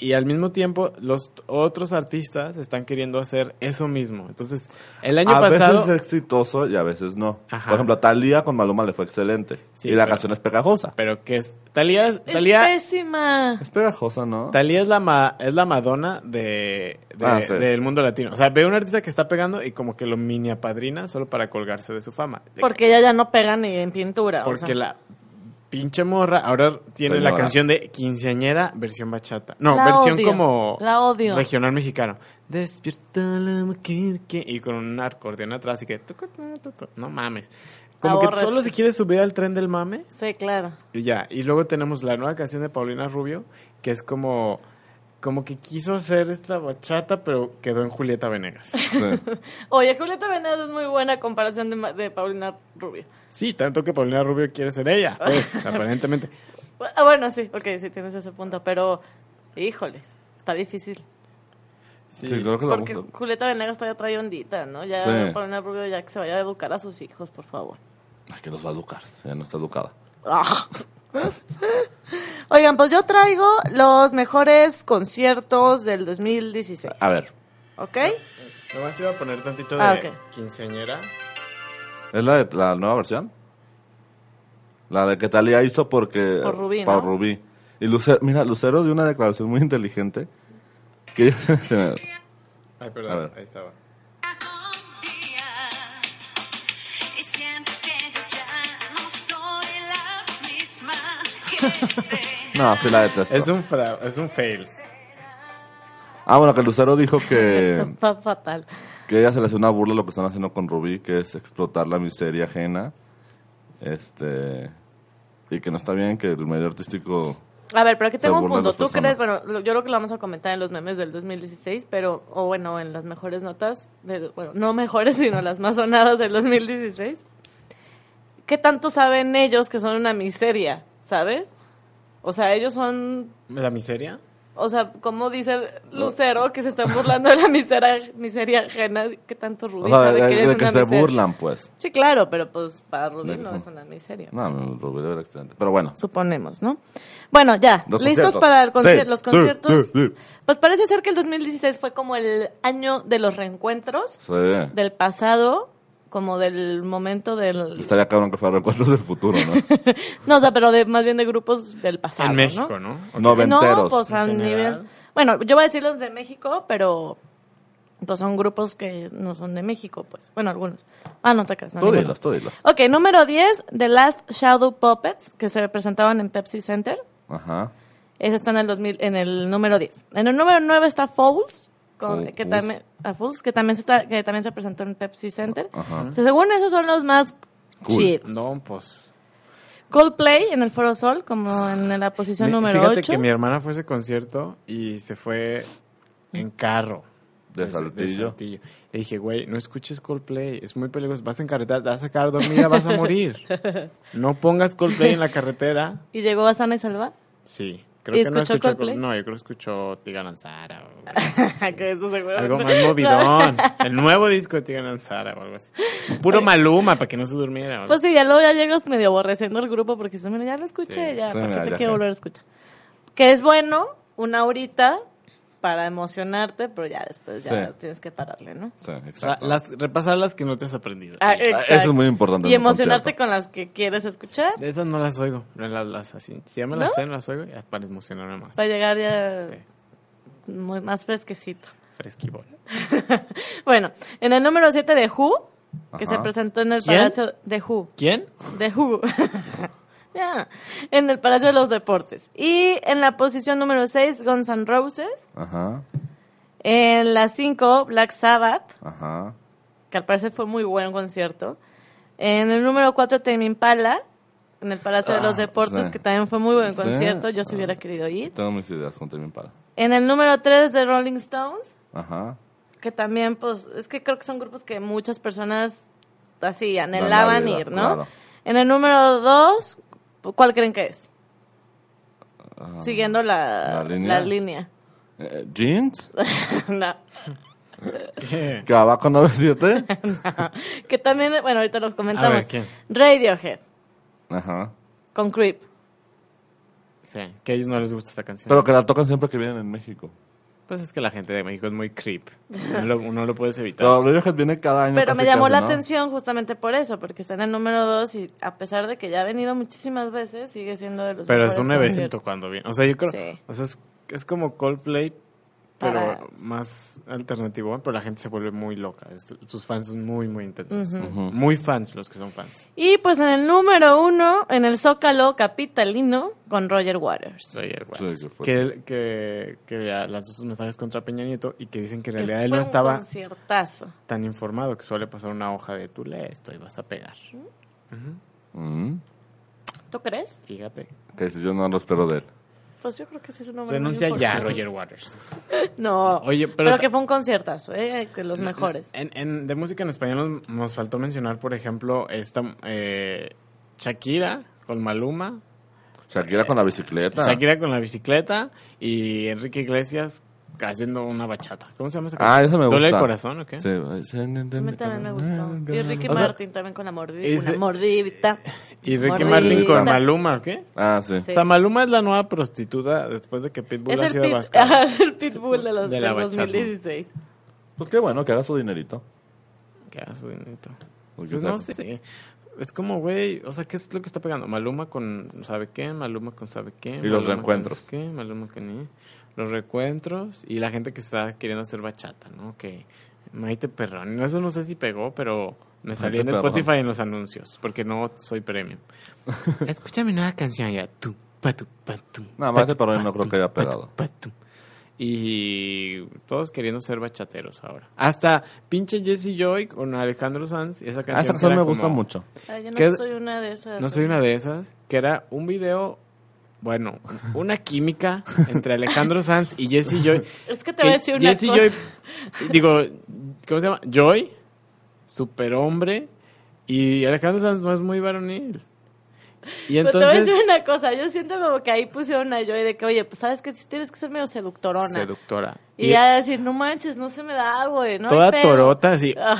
Speaker 5: Y al mismo tiempo, los t- otros artistas están queriendo hacer eso mismo. Entonces, el año
Speaker 6: a
Speaker 5: pasado.
Speaker 6: veces es exitoso y a veces no.
Speaker 5: Ajá.
Speaker 6: Por ejemplo, a Thalía con Maluma le fue excelente.
Speaker 5: Sí,
Speaker 6: y la
Speaker 5: pero-
Speaker 6: canción es pegajosa.
Speaker 5: Pero que es. Talía,
Speaker 7: Es
Speaker 5: Talía,
Speaker 7: pésima.
Speaker 6: Es pegajosa, ¿no?
Speaker 5: Talía es, la ma- es la Madonna de, de-
Speaker 6: Ah, sí.
Speaker 5: del mundo latino. O sea, ve un artista que está pegando y como que lo mini apadrina solo para colgarse de su fama. De-
Speaker 7: Porque ella ya no pega ni en pintura. o
Speaker 5: Porque
Speaker 7: sea.
Speaker 5: la pinche morra ahora tiene
Speaker 6: Señora.
Speaker 5: la canción de quinceañera versión bachata. No,
Speaker 7: La
Speaker 5: versión
Speaker 7: odio,
Speaker 5: como
Speaker 7: la odio.
Speaker 5: regional mexicano. Despierta la mujer que... Y con un acordeón atrás y que... tucu, tu, tu, tu. No mames. Como
Speaker 7: La
Speaker 5: que
Speaker 7: borras.
Speaker 5: solo se quiere subir al tren del mame
Speaker 7: Sí, claro.
Speaker 5: y ya. Y luego tenemos la nueva canción de Paulina Rubio que es como... Como que quiso hacer esta bachata, pero quedó en Julieta Venegas.
Speaker 6: Sí.
Speaker 7: Oye, Julieta Venegas es muy buena a comparación de, Ma- de Paulina Rubio.
Speaker 5: Sí, tanto que Paulina Rubio quiere ser ella, pues, aparentemente.
Speaker 7: Ah, Bueno, sí, ok, sí tienes ese punto, pero híjoles, está difícil.
Speaker 6: Sí, creo que la
Speaker 7: Porque
Speaker 6: vamos a-
Speaker 7: Julieta Venegas todavía trae ondita, ¿no? Ya
Speaker 6: Sí.
Speaker 7: Paulina Rubio ya que se vaya a educar a sus hijos, por favor.
Speaker 6: Ay, que nos va a educar. Ya no está educada.
Speaker 7: Ah. Oigan, pues yo traigo los mejores conciertos del 2016.
Speaker 6: A ver,
Speaker 7: ¿Ok?
Speaker 5: Nomás iba a poner tantito de
Speaker 7: Ah, ok.
Speaker 5: quinceañera.
Speaker 6: ¿es la de la nueva versión? La de que Talía hizo porque...
Speaker 7: Por Rubí,
Speaker 6: Por
Speaker 7: ¿no?
Speaker 6: Rubí. Y Lucero, mira, Lucero dio una declaración muy inteligente. Que se me-
Speaker 5: Ay,
Speaker 6: A
Speaker 5: perdón,
Speaker 6: ver.
Speaker 5: ahí estaba.
Speaker 8: Y siento que yo ya no soy la misma que sé.
Speaker 6: no, sí la detesto.
Speaker 5: Es un, fra- es un fail.
Speaker 6: Ah, bueno, que Lucero dijo que,
Speaker 7: Va fatal.
Speaker 6: que ella se le hace una burla lo que están haciendo con Rubí, que es explotar la miseria ajena. Este... Y que no está bien que el medio artístico...
Speaker 7: A ver, pero aquí
Speaker 6: Se
Speaker 7: tengo un
Speaker 6: burlan
Speaker 7: punto.
Speaker 6: las
Speaker 7: ¿Tú
Speaker 6: personas.
Speaker 7: crees? Bueno, lo- yo creo que lo vamos a comentar en los memes del 2016, pero, o bueno, en las mejores notas, de- bueno, no mejores, sino las más sonadas del 2016. ¿Qué tanto saben ellos que son una miseria? ¿Sabes? O sea, ellos son
Speaker 5: ¿La miseria?
Speaker 7: O sea, como dice el Lucero que se están burlando de la miseria, miseria ajena, que tanto
Speaker 6: O
Speaker 7: Rubí
Speaker 6: sea,
Speaker 7: sabe
Speaker 6: de,
Speaker 7: que ella
Speaker 6: de
Speaker 7: es
Speaker 6: que
Speaker 7: una
Speaker 6: se
Speaker 7: miseria.
Speaker 6: burlan, pues.
Speaker 7: Sí, claro, pero pues para Rubí
Speaker 6: De que
Speaker 7: no
Speaker 6: son-
Speaker 7: es una miseria.
Speaker 6: No, no, Rubí era excelente. Pero bueno.
Speaker 7: Suponemos, ¿no? Bueno, ya,
Speaker 6: Los
Speaker 7: listos
Speaker 6: conciertos.
Speaker 7: para el conci-
Speaker 6: Sí,
Speaker 7: los
Speaker 6: sí,
Speaker 7: conciertos.
Speaker 6: sí, sí.
Speaker 7: Pues parece ser que el 2016 fue como el año de los reencuentros,
Speaker 6: Sí.
Speaker 7: del pasado, como del momento del...
Speaker 6: Estaría cabrón que fuera recuerdos del futuro, ¿no?
Speaker 7: No, o sea, pero de, más bien de grupos del pasado,
Speaker 5: en
Speaker 7: ¿no?
Speaker 5: México, ¿no? Ok.
Speaker 6: Noventeros.
Speaker 7: No, pues
Speaker 5: En
Speaker 7: a
Speaker 5: general.
Speaker 7: nivel. Bueno, yo voy a decir los de México, pero pues son grupos que no son de México, pues. Bueno, algunos. Ah, no te creas. no,
Speaker 6: tú
Speaker 7: ninguno.
Speaker 6: dilos, tú dilos.
Speaker 7: Ok, número 10, The Last Shadow Puppets, que se presentaban en Pepsi Center.
Speaker 6: Ajá.
Speaker 7: Eso está en el 2000, en el número 10. En el número 9 está Fouls, con-
Speaker 6: Fou-
Speaker 7: que,
Speaker 6: Fouls.
Speaker 7: también, ah, Fouls, que, también se está, que también se presentó en Pepsi Center.
Speaker 6: Ajá.
Speaker 7: O sea, según esos son los más
Speaker 6: Ah. Cool.
Speaker 7: chidos.
Speaker 5: No, pues.
Speaker 7: Coldplay en el Foro Sol, como en la posición
Speaker 5: Mi-
Speaker 7: número
Speaker 5: Fíjate
Speaker 7: 8.
Speaker 5: que mi hermana fue a ese concierto y se fue en carro.
Speaker 6: De Saltillo.
Speaker 5: Le dije, güey, no escuches Coldplay, es muy peligroso. Vas en carretera, te vas a quedar dormida, vas a morir. No pongas Coldplay en la carretera.
Speaker 7: Y llegó a Sana y Salva.
Speaker 5: Sí.
Speaker 7: ¿Y
Speaker 5: Creo que no
Speaker 7: escuchó
Speaker 5: escuchó
Speaker 7: Coldplay?
Speaker 5: Col- No, yo creo que escuchó Tigan Ansara.
Speaker 7: que eso seguro.
Speaker 5: Algo más movidón. El nuevo disco de Tigan Ansara o algo así. Puro Maluma para que no se durmiera.
Speaker 7: Pues sí, ya luego ya llegas medio aborreciendo el grupo porque dices, mira, ya lo escuché,
Speaker 5: Sí,
Speaker 7: ya,
Speaker 6: sí,
Speaker 7: ¿para
Speaker 6: mira,
Speaker 7: qué te
Speaker 6: ya.
Speaker 7: quiero volver a escuchar? Que es bueno, una horita para emocionarte, pero ya después ya
Speaker 6: Sí.
Speaker 7: tienes que pararle, ¿no?
Speaker 6: Sí,
Speaker 5: O sea,
Speaker 6: exacto. Ah,
Speaker 5: las, repasar las que no te has aprendido.
Speaker 7: Ah,
Speaker 6: eso es muy importante
Speaker 7: Y
Speaker 6: en un
Speaker 7: emocionarte
Speaker 6: concierto.
Speaker 7: con las que quieres escuchar
Speaker 5: De esas no las oigo. no Las, las así. Si ya me las sé, no las oigo ya para emocionarme más.
Speaker 7: para llegar ya
Speaker 5: Sí,
Speaker 7: muy, más fresquecito.
Speaker 5: fresquibol.
Speaker 7: bueno, en el número 7 de Who, que
Speaker 6: Ajá.
Speaker 7: se presentó en el
Speaker 5: ¿Quién?
Speaker 7: Palacio de Who.
Speaker 5: ¿Quién?
Speaker 7: De Who. Ya. En el Palacio de los Deportes. Y en la posición número 6, Guns N' Roses.
Speaker 6: Ajá.
Speaker 7: En la 5, Black Sabbath,
Speaker 6: Ajá.
Speaker 7: que al parecer fue muy buen concierto. En el número 4, Tame Impala. En el Palacio de los Deportes,
Speaker 6: Ah, sí.
Speaker 7: que también fue muy buen
Speaker 6: Sí.
Speaker 7: concierto. Yo si
Speaker 6: Ah.
Speaker 7: hubiera querido ir.
Speaker 6: Tengo mis ideas con Termin para.
Speaker 7: En el número 3, de Rolling Stones.
Speaker 6: Ajá.
Speaker 7: que también, pues, es que creo que son grupos que muchas personas así anhelaban
Speaker 6: vida,
Speaker 7: ir, ¿no?
Speaker 6: claro.
Speaker 7: En el número dos, ¿cuál creen que es? Siguiendo la,
Speaker 6: Ah, ¿la
Speaker 7: la
Speaker 6: línea?
Speaker 7: línea.
Speaker 6: Eh, ¿Jeans?
Speaker 7: No.
Speaker 6: ¿Que abajo 97?
Speaker 7: Que también, bueno, ahorita los comentamos.
Speaker 5: A ver, ¿quién?
Speaker 7: Radiohead,
Speaker 6: Ajá.
Speaker 7: con Creep.
Speaker 5: Sí, que a ellos no les gusta esta canción.
Speaker 6: Pero que la tocan siempre que vienen en México.
Speaker 5: pues es que la gente de México es muy creep. No lo, no lo puedes evitar.
Speaker 6: Pero Radiohead viene cada año.
Speaker 7: Pero
Speaker 6: casi,
Speaker 7: me llamó
Speaker 6: casi,
Speaker 7: la
Speaker 6: ¿no?
Speaker 7: atención justamente por eso, porque está en el número dos y a pesar de que ya ha venido muchísimas veces, sigue siendo de los
Speaker 5: Pero es
Speaker 7: mejores
Speaker 5: un evento
Speaker 7: conciertos.
Speaker 5: cuando viene. O sea, yo creo.
Speaker 7: Sí.
Speaker 5: O sea, es, es como Coldplay, pero
Speaker 7: Para-
Speaker 5: más alternativo. Pero la gente se vuelve muy loca. Es- sus fans son muy, muy intensos. Muy fans los que son fans.
Speaker 7: Y pues en el número uno, en el Zócalo Capitalino, con Roger Waters.
Speaker 5: Soy el
Speaker 6: Sí,
Speaker 5: Watts.
Speaker 6: que fue.
Speaker 5: que, que, que lanzó sus mensajes contra Peña Nieto y que dicen que en
Speaker 7: que
Speaker 5: realidad él
Speaker 7: fue
Speaker 5: no
Speaker 7: un
Speaker 5: estaba
Speaker 7: conciertazo.
Speaker 5: tan informado, que suele pasar una hoja de tú lee esto y vas a pegar.
Speaker 6: Mm.
Speaker 7: ¿Tú crees?
Speaker 5: Fíjate.
Speaker 6: Que si yo no lo espero de él.
Speaker 7: Pues yo creo que ese es un nombre.
Speaker 5: Renuncia
Speaker 7: muy
Speaker 5: ya,
Speaker 7: importante.
Speaker 5: Roger Waters.
Speaker 7: No.
Speaker 5: Oye,
Speaker 7: pero,
Speaker 5: pero-
Speaker 7: que fue un conciertazo, ¿eh? De los mejores.
Speaker 5: En, en- de música en español nos, nos faltó mencionar, por ejemplo, esta eh, Shakira con Maluma,
Speaker 6: Shakira con la bicicleta.
Speaker 5: Shakira con la bicicleta y Enrique Iglesias haciendo una bachata. ¿Cómo se llama esa
Speaker 6: Ah, esa me gusta.
Speaker 5: ¿Duele el corazón o qué?
Speaker 6: Sí. A
Speaker 7: A mí también me gustó. Y Ricky
Speaker 5: Eh, O sea,
Speaker 7: Martin también con la mordidita.
Speaker 5: ese-
Speaker 7: Una mordidita.
Speaker 5: Y Ricky
Speaker 7: Mordidita.
Speaker 5: Martin con Maluma, ¿o qué?
Speaker 6: Ah, sí.
Speaker 7: Sí.
Speaker 5: O sea, Maluma es la nueva prostituta después de que Pitbull
Speaker 7: Es
Speaker 5: ha
Speaker 7: el,
Speaker 5: sido
Speaker 7: pit-
Speaker 5: vasca.
Speaker 7: ajá, es el pitbull de los,
Speaker 5: De la
Speaker 7: del
Speaker 5: bachata.
Speaker 7: 2016.
Speaker 6: Pues qué bueno que haga su dinerito.
Speaker 5: Qué asco, neta.
Speaker 6: Porque
Speaker 5: Pues
Speaker 6: saca-
Speaker 5: no sé. Es como, güey, o sea, ¿qué es lo que está pegando? Maluma con sabe qué, Maluma con sabe qué.
Speaker 6: Y los
Speaker 5: Maluma con
Speaker 6: reencuentros.
Speaker 5: ¿Qué? Maluma con eh. Los reencuentros y la gente que está queriendo hacer bachata, ¿no? Que Maite Perrón. No, Eso no sé si pegó, pero me salía en
Speaker 6: Perrón.
Speaker 5: Spotify en los anuncios, porque no soy premium. Escúchame una canción ya. Tú, pa, tú, pa, tú,
Speaker 6: No,
Speaker 5: pa,
Speaker 6: Maite
Speaker 5: tú,
Speaker 6: Perrón
Speaker 5: pa,
Speaker 6: no creo
Speaker 5: tú,
Speaker 6: que haya
Speaker 5: pa, tú,
Speaker 6: pegado.
Speaker 5: pa, tú. Y todos queriendo ser bachateros ahora. Hasta pinche Jesse Joy con Alejandro Sanz. Esa canción,
Speaker 6: Ah, esa
Speaker 5: que
Speaker 6: canción
Speaker 5: era
Speaker 6: me gusta
Speaker 5: como-
Speaker 6: mucho.
Speaker 7: Ay, yo no
Speaker 5: ¿Qué-
Speaker 7: soy una de esas.
Speaker 5: No soy una de esas. Que era un video, bueno, una química entre Alejandro Sanz y Jesse Joy.
Speaker 7: Es que te voy a
Speaker 5: Que
Speaker 7: decir una
Speaker 5: Jesse
Speaker 7: cosa.
Speaker 5: Joy, digo, ¿cómo se llama? Joy, superhombre. Y Alejandro Sanz no es muy varonil. Y
Speaker 7: Pero te voy a
Speaker 5: entonces...
Speaker 7: decir una cosa. Yo siento como que ahí pusieron a Joy de que, oye, pues sabes que tienes que ser medio seductorona.
Speaker 5: Seductora.
Speaker 7: y ya decir, no manches, no se me da, güey. No
Speaker 5: e- toda
Speaker 7: hay pedo".
Speaker 5: torota, así.
Speaker 7: Ah.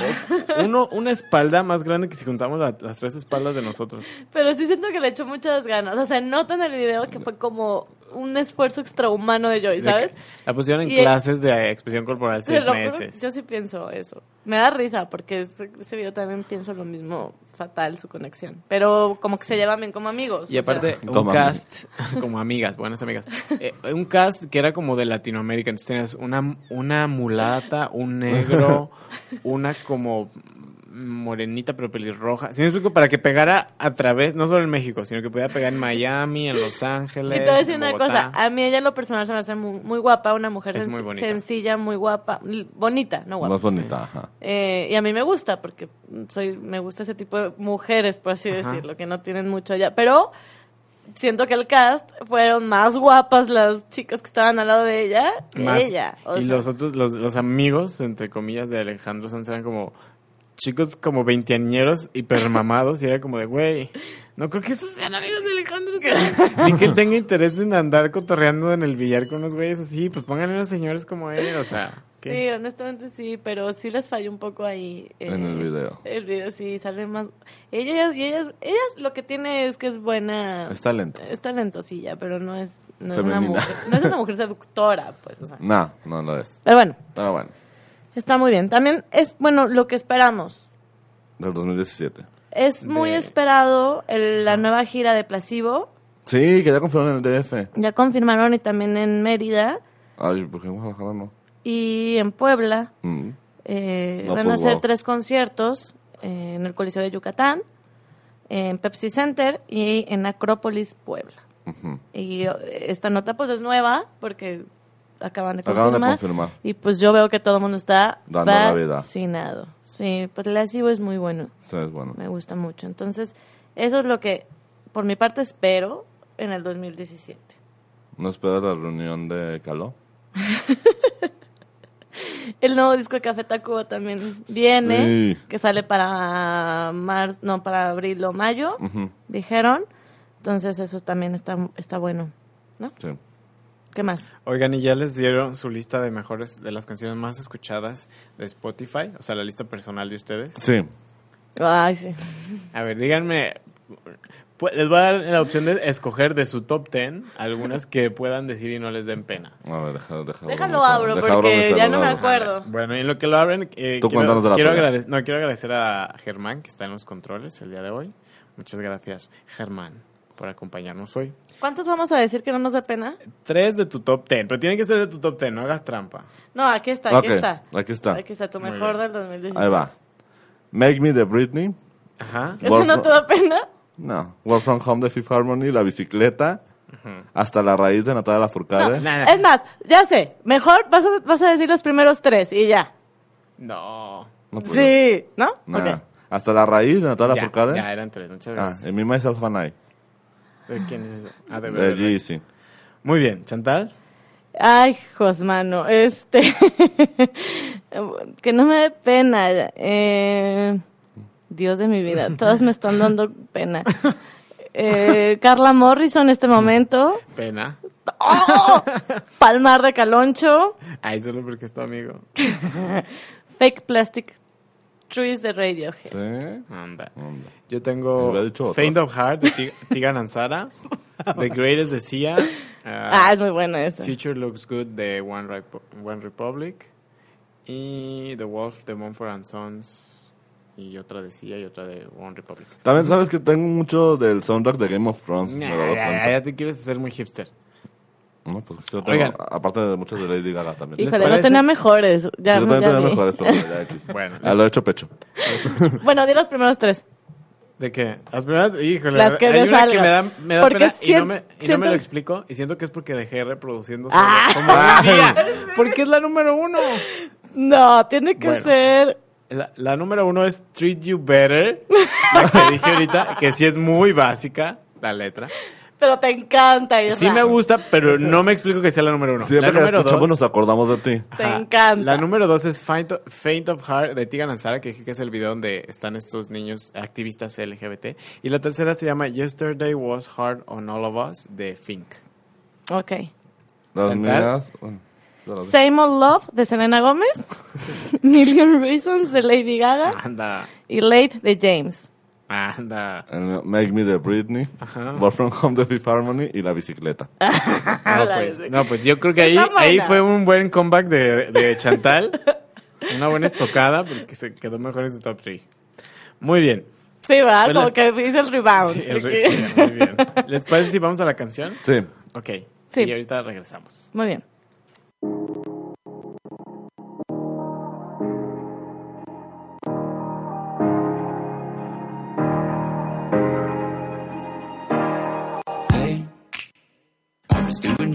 Speaker 5: Uno, una espalda más grande que si juntamos la- las tres espaldas de nosotros.
Speaker 7: Pero sí siento que le echó muchas ganas. O sea, nota en el video que fue como un esfuerzo extrahumano de Joy,
Speaker 5: De
Speaker 7: ¿sabes?
Speaker 5: que La pusieron en
Speaker 7: Y-
Speaker 5: clases de expresión corporal
Speaker 7: Te
Speaker 5: seis
Speaker 7: lo juro,
Speaker 5: meses.
Speaker 7: yo sí pienso eso. Me da risa porque ese, ese video también pienso lo mismo, fatal su conexión. Pero como que se llevan bien como amigos.
Speaker 5: Y
Speaker 7: o sea,
Speaker 5: aparte, un
Speaker 6: Como
Speaker 5: cast, como amigas, buenas amigas. Eh, un cast que era como de Latinoamérica. Entonces tenías una, una mulata, un negro, una como morenita pero pelirroja. Si me explico, para que pegara a través, no solo en México, sino que pudiera pegar en Miami, en Los
Speaker 7: y
Speaker 5: Ángeles.
Speaker 7: te voy a decir
Speaker 5: en
Speaker 7: una
Speaker 5: Bogotá.
Speaker 7: cosa, a mí ella en lo personal se me hace muy, muy guapa, una mujer
Speaker 5: Es
Speaker 7: sen-
Speaker 5: muy bonita.
Speaker 7: sencilla, muy guapa, l- bonita, no guapa.
Speaker 6: Más bonita, ajá.
Speaker 7: Eh, y a mí me gusta porque soy me gusta ese tipo de mujeres, por así
Speaker 5: Ajá.
Speaker 7: decirlo, que no tienen mucho allá. Pero siento que el cast fueron más guapas las chicas que estaban al lado de ella que
Speaker 5: Más.
Speaker 7: ella. o
Speaker 5: y
Speaker 7: sea.
Speaker 5: los otros, los, los amigos, entre comillas, de Alejandro Sanz eran como chicos como veinteañeros hipermamados y era como de, güey, no creo que esos sean amigos de Alejandro Sanz. Ni que él tenga interés en andar cotorreando en el billar con unos güeyes así, pues pónganle unos señores como él, o sea. ¿qué?
Speaker 7: Sí, honestamente sí, pero sí les falló un poco ahí. eh,
Speaker 6: En el video.
Speaker 7: El video sí, sale más... Ella, y ellas, ella lo que tiene es que es buena...
Speaker 6: Es talento.
Speaker 7: Ah. es talentosilla, pero no es, no es, una,
Speaker 6: Femenina.
Speaker 7: mujer, no es una mujer seductora, pues. o sea.
Speaker 6: No, no lo es.
Speaker 7: Pero bueno,
Speaker 6: Pero bueno,
Speaker 7: está muy bien. También es, bueno, lo que esperamos.
Speaker 6: del 2017.
Speaker 7: Es muy
Speaker 5: De-
Speaker 7: esperado el- la nueva gira de Placebo.
Speaker 6: Sí, que ya confirmaron en el DF.
Speaker 7: Ya confirmaron y también en Mérida
Speaker 6: Ay, ¿por qué en Guadalajara no?
Speaker 7: y en Puebla.
Speaker 6: Mm.
Speaker 7: Eh,
Speaker 6: No,
Speaker 7: van a
Speaker 6: pues,
Speaker 7: hacer
Speaker 6: wow.
Speaker 7: tres conciertos eh, en el Coliseo de Yucatán, en Pepsi Center y en Acrópolis, Puebla.
Speaker 6: Ujú.
Speaker 7: Y eh, esta nota pues es nueva porque acaban de confirmar.
Speaker 6: Acaban de confirmar.
Speaker 7: Y pues yo veo que todo el mundo está
Speaker 6: Dando la vida.
Speaker 7: fascinado. Sí, pues Placebo es muy bueno,
Speaker 6: Sí, es bueno.
Speaker 7: me gusta mucho. Entonces, eso es lo que por mi parte espero en el 2017.
Speaker 6: ¿No esperas la reunión de Caló?
Speaker 7: El nuevo disco de Café Tacuba también viene,
Speaker 6: Sí.
Speaker 7: que sale para marzo, no, para abril o mayo,
Speaker 6: Ujú,
Speaker 7: dijeron. Entonces eso también está, está bueno.
Speaker 6: Sí.
Speaker 7: ¿Qué más?
Speaker 5: Oigan, y ya les dieron su lista de mejores, de las canciones más escuchadas de Spotify, o sea, la lista personal de ustedes.
Speaker 6: Sí.
Speaker 7: Ay, sí.
Speaker 5: A ver, díganme. pu- Les voy a dar la opción de escoger de su top 10 algunas que puedan decir y no les den pena.
Speaker 6: A ver, deja- deja-
Speaker 7: Déjalo
Speaker 6: vamos a-
Speaker 7: abro
Speaker 6: deja abro mi
Speaker 7: porque ya no me
Speaker 6: celular.
Speaker 7: acuerdo.
Speaker 5: Bueno, y en lo que lo abren, eh, quiero,
Speaker 6: Tú cuéntanos de la
Speaker 5: quiero
Speaker 6: tuya.
Speaker 5: agradec- no, quiero agradecer a Germán que está en los controles el día de hoy. Muchas gracias, Germán, por acompañarnos hoy.
Speaker 7: ¿Cuántos vamos a decir que no nos da pena?
Speaker 5: Tres de tu top 10, pero tiene que ser de tu top 10, no hagas trampa.
Speaker 7: No, aquí está, aquí
Speaker 6: Ok,
Speaker 7: está.
Speaker 6: Aquí está.
Speaker 7: Aquí está tu
Speaker 5: Muy
Speaker 7: mejor
Speaker 5: bien.
Speaker 7: del 2016.
Speaker 6: Ahí va. Make Me de Britney.
Speaker 5: Ajá.
Speaker 7: ¿Eso no
Speaker 6: Work-
Speaker 7: te da pena?
Speaker 6: No. Work From Home de Fifth Harmony. La bicicleta. Hasta la raíz de Natalia Lafourcade.
Speaker 5: No.
Speaker 7: Es más, ya sé, mejor vas a, vas a decir los primeros tres y ya.
Speaker 5: No.
Speaker 6: No puedo.
Speaker 7: Sí, ¿no?
Speaker 6: Nah.
Speaker 7: Ok.
Speaker 6: Hasta la raíz de Natalia
Speaker 5: Ya,
Speaker 6: Lafourcade.
Speaker 5: ya eran tres, muchas
Speaker 6: Ah,
Speaker 5: gracias.
Speaker 6: en mi Myself and I.
Speaker 5: ¿De quién es eso? Ah, de
Speaker 6: De E
Speaker 5: verdad.
Speaker 6: Jeezy.
Speaker 5: Muy bien, Chantal.
Speaker 7: Ay, Josmano, este. que no me dé pena. eh, Dios de mi vida, todas me están dando pena. Eh, Carla Morrison, en este momento.
Speaker 5: Pena.
Speaker 7: ¡Oh! Palmar de Caloncho,
Speaker 5: Ay, solo porque es tu amigo.
Speaker 7: Fake Plastic Trees de Radiohead.
Speaker 6: Sí.
Speaker 5: Anda.
Speaker 6: Anda.
Speaker 5: Yo
Speaker 6: Me
Speaker 5: tengo
Speaker 6: hubiera dicho otros.
Speaker 5: Faint of Heart de Ti- Tigan Ansara, The Greatest de Sia,
Speaker 7: Ah,
Speaker 5: ah,
Speaker 7: es muy buena esa.
Speaker 5: Future Looks Good de One, Repo- One Republic y The Wolf de Mumford and Sons y otra de Sia y otra de One Republic.
Speaker 6: También sabes que tengo mucho del soundtrack de Game of Thrones. me he dado
Speaker 5: Nah, ya,
Speaker 6: cuenta.
Speaker 5: ya te quieres hacer muy hipster.
Speaker 6: No, pues yo tengo-
Speaker 5: Oigan.
Speaker 6: aparte de muchos de Lady Gaga también.
Speaker 5: ¿Les
Speaker 7: Híjole, no
Speaker 5: parece?
Speaker 7: tenía mejores. Ya,
Speaker 6: Sí, yo también
Speaker 7: ya
Speaker 6: tenía
Speaker 7: vi.
Speaker 6: mejores, pero bueno, ya X.
Speaker 5: Bueno,
Speaker 6: A lo hecho pecho.
Speaker 7: Bueno, di los primeros tres.
Speaker 5: ¿De qué? Las primeras, híjole,
Speaker 7: Las que
Speaker 5: hay
Speaker 7: te
Speaker 5: una que me da,
Speaker 7: salgan.
Speaker 5: me da
Speaker 7: Porque
Speaker 5: pena y, no me, y
Speaker 7: sien-
Speaker 5: no me
Speaker 7: siento-
Speaker 5: lo explico y siento que es porque dejé reproduciendo solo
Speaker 7: Ah.
Speaker 5: como un día, porque es la número uno.
Speaker 7: No, tiene que
Speaker 5: Bueno.
Speaker 7: ser.
Speaker 5: La, la número uno es Treat You Better, la que dije ahorita, que sí es muy básica la letra.
Speaker 7: Pero te encanta, Isra.
Speaker 5: Sí me gusta, pero no me explico que sea la número uno. la
Speaker 6: Siempre que la
Speaker 5: número
Speaker 6: escuchamos
Speaker 5: dos,
Speaker 6: nos acordamos de ti.
Speaker 7: Te
Speaker 5: Ajá.
Speaker 7: encanta.
Speaker 5: La número dos es Faint of, Faint of Heart de Tigan Ansara, que dije que es el video donde están estos niños activistas LGBT. Y la tercera se llama Yesterday Was Hard on All of Us de Fink.
Speaker 7: Ok.
Speaker 6: Las
Speaker 5: ¿Chantal?
Speaker 6: mías. bueno, yo las-
Speaker 7: Same Old Love de Selena Gómez. Million Reasons de Lady Gaga.
Speaker 5: Anda,
Speaker 7: Y Late de James.
Speaker 5: anda.
Speaker 6: el Make Me de Britney.
Speaker 5: Ajá.
Speaker 6: Born From Home de Fifth Harmony y La Bicicleta.
Speaker 7: Ah.
Speaker 5: No
Speaker 7: la
Speaker 5: pues,
Speaker 7: vez.
Speaker 5: no, pues yo creo que ahí,
Speaker 7: Está buena.
Speaker 5: ahí fue un buen comeback de, de Chantal. Una buena estocada porque se quedó mejor en su top 3. Muy bien.
Speaker 7: Sí, ¿verdad?
Speaker 5: Pues
Speaker 7: Como
Speaker 5: las-
Speaker 7: que dice el rebound.
Speaker 5: Sí, el
Speaker 7: de
Speaker 5: re-
Speaker 7: que-
Speaker 5: sí, muy bien. ¿Les parece si vamos a la canción?
Speaker 6: Sí.
Speaker 5: Ok.
Speaker 7: Sí.
Speaker 5: Y ahorita regresamos.
Speaker 7: Muy bien.
Speaker 9: Hey, I was doing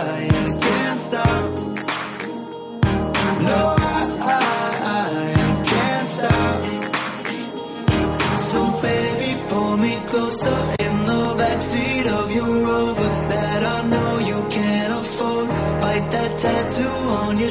Speaker 9: I can't stop. No, I, I, I can't stop. So baby, pull me closer in the backseat of your Rover that I know you can't afford. Bite that tattoo on your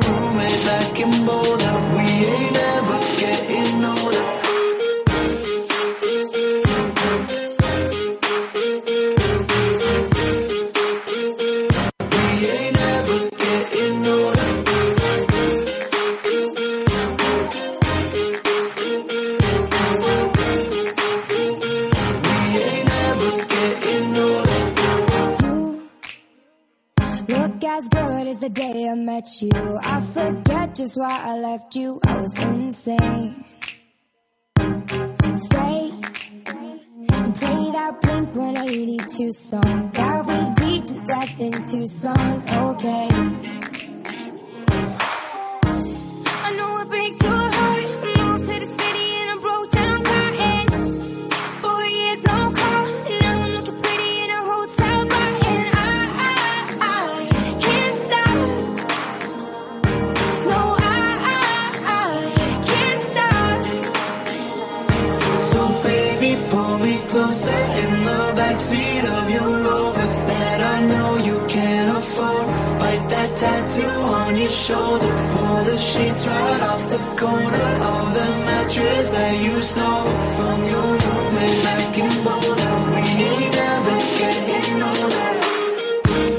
Speaker 9: roommate back in Boulder. We ain't ever getting older. We ain't ever getting older. We ain't ever getting older.
Speaker 10: You look as good as the day I met you. I forget just why I left you. I was insane. Stay and play that Blink 182 song that we beat to death in Tucson. Okay. I know it breaks your heart. Moved to the city in a broke down car and Four years, no call. Now I'm looking pretty in a hotel bar, and I, I, I can't stop. No, I, I, I can't stop.
Speaker 9: So baby, pull me closer in the backseat of your Rover that I know you can't afford. Bite that tattoo on your shoulder. Pull the sheets right off the corner of the mattress that you stole from your roommate back in Boulder. We ain't ever getting older.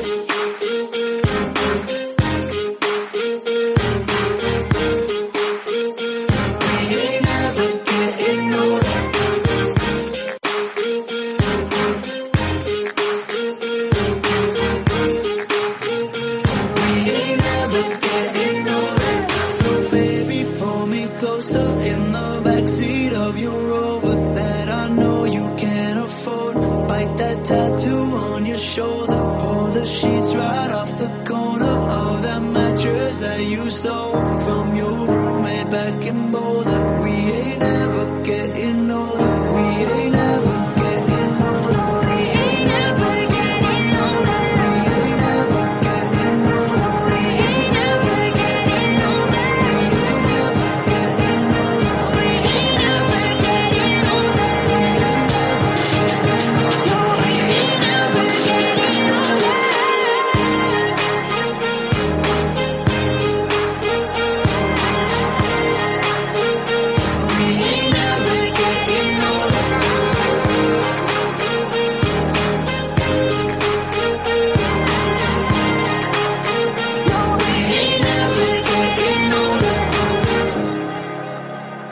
Speaker 9: We ain't ever getting older. We ain't ever getting older. So baby, pull me closer in the backseat of your Rover that I know you can't afford. Bite that tattoo on your shoulder. Pull the sheets right off the corner of that mattress that you stole from your roommate back in Boulder. We ain't ever getting older. We ain't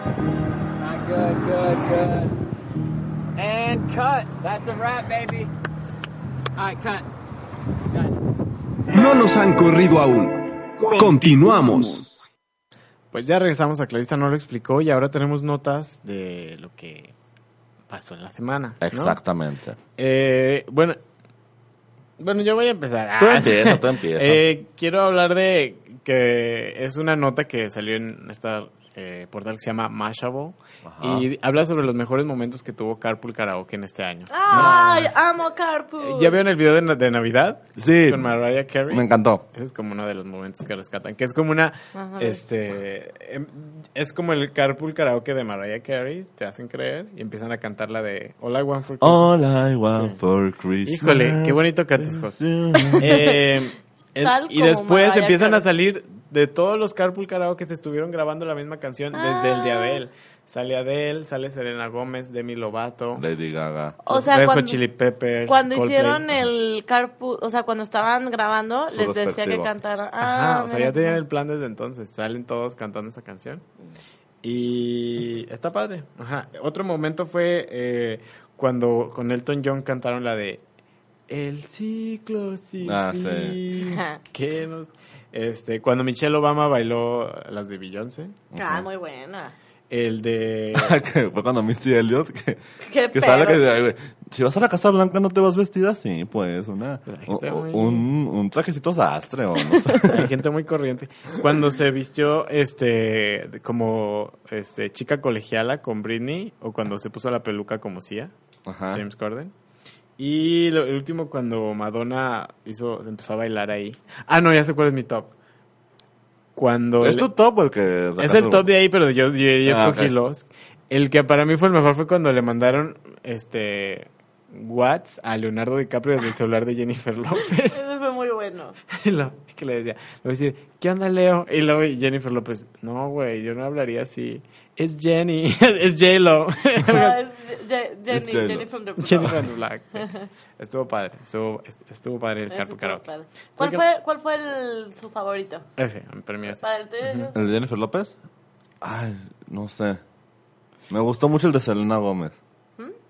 Speaker 11: Good, good, good. And cut. That's a wrap, baby. All right, cut.
Speaker 3: No nos han corrido aún. Continuamos.
Speaker 5: Pues ya regresamos a Clarista, no lo explicó y ahora tenemos notas de lo que pasó en la semana. ¿no?
Speaker 6: Exactamente.
Speaker 5: Eh, bueno, bueno, yo voy a empezar.
Speaker 6: Tú
Speaker 5: Ah.
Speaker 6: empieza, tú empieza.
Speaker 5: Eh, quiero hablar de que es una nota que salió en esta eh, portal que se llama Mashable
Speaker 6: Ajá.
Speaker 5: y habla sobre los mejores momentos que tuvo Carpool Karaoke en este año.
Speaker 7: Ah,
Speaker 5: Eh,
Speaker 7: ¡Ay, amo Carpool!
Speaker 5: Ah. ¿Ya vieron el video de, na- de Navidad?
Speaker 6: Sí.
Speaker 5: Con Mariah Carey.
Speaker 6: Me encantó.
Speaker 5: Ese es como uno de los momentos que rescatan. Que es como una.
Speaker 7: Ajá.
Speaker 5: Este. em, Es como el carpool karaoke de Mariah Carey. Te hacen creer y empiezan a cantar la de All I Want for Christmas.
Speaker 6: All I want for Christmas.
Speaker 5: Híjole, qué bonito cantas, José. Eh, en-
Speaker 7: Tal
Speaker 5: y
Speaker 7: como
Speaker 5: después
Speaker 7: Mariah
Speaker 5: empiezan
Speaker 7: Carey.
Speaker 5: a salir de todos los carpool karaoke se estuvieron grabando la misma canción desde el de
Speaker 7: Ah.
Speaker 5: Adele. Sale Adele, sale Serena Gómez, Demi Lovato.
Speaker 6: Lady Gaga.
Speaker 7: O sea,
Speaker 5: Red Hot
Speaker 7: cuando-
Speaker 5: Chili Peppers.
Speaker 7: Cuando
Speaker 5: Coldplay.
Speaker 7: hicieron el carpool, o sea, cuando estaban grabando,
Speaker 6: Su
Speaker 7: les decía que
Speaker 6: respectivo.
Speaker 7: cantaran. Ah,
Speaker 5: Ajá, o sea,
Speaker 7: mira.
Speaker 5: ya tenían el plan desde entonces. Salen todos cantando esa canción. Y está padre. Ajá. Otro momento fue eh, cuando con Elton John cantaron la de El ciclo sí.
Speaker 6: Ah,
Speaker 7: Ajá.
Speaker 5: Que nos- Este, cuando Michelle Obama bailó las de Beyoncé,
Speaker 7: Ah, muy buena.
Speaker 5: el de
Speaker 6: Que Fue cuando Missy Elliott que,
Speaker 7: Qué
Speaker 6: que sale que
Speaker 7: pedo.
Speaker 6: dice, si vas a la Casa Blanca no te vas vestida sí, pues una
Speaker 5: Trajiste
Speaker 6: un,
Speaker 5: muy-
Speaker 6: un, un trajecito sastre o no sé.
Speaker 5: hay gente muy corriente. Cuando se vistió este como este chica colegiala con Britney o cuando se puso la peluca como Sia.
Speaker 6: Ajá.
Speaker 5: James Corden. Y lo, el último cuando Madonna hizo, se empezó a bailar ahí. Ah, no, ya sé cuál es mi top. Cuando
Speaker 6: ¿Es
Speaker 5: le-
Speaker 6: tu top o el que
Speaker 5: es el top de ahí, pero yo, yo, yo
Speaker 6: Ah,
Speaker 5: escogí
Speaker 6: ok.
Speaker 5: los. El que para mí fue el mejor fue cuando le mandaron este Watts a Leonardo DiCaprio desde el celular de Jennifer López.
Speaker 7: Eso fue muy bueno.
Speaker 5: Y lo- que le decía, le voy a decir, ¿qué onda Leo? Y luego Jennifer López, no güey, yo no hablaría así. Es Jenny, es J-Lo.
Speaker 7: Ah, es Je- Jenny,
Speaker 6: J-Lo.
Speaker 7: Jenny from the
Speaker 5: Jennifer Black. sí. Estuvo padre, estuvo, est- estuvo padre el
Speaker 7: Ese
Speaker 5: Carpool
Speaker 7: estuvo
Speaker 5: Karaoke.
Speaker 7: padre. ¿Cuál
Speaker 5: que-
Speaker 7: fue, cuál fue el, su favorito?
Speaker 5: Ese, para mí ese.
Speaker 7: Para el tuyo, yo-
Speaker 6: ¿El de Jennifer López? Ay, no sé. Me gustó mucho el de Selena Gómez.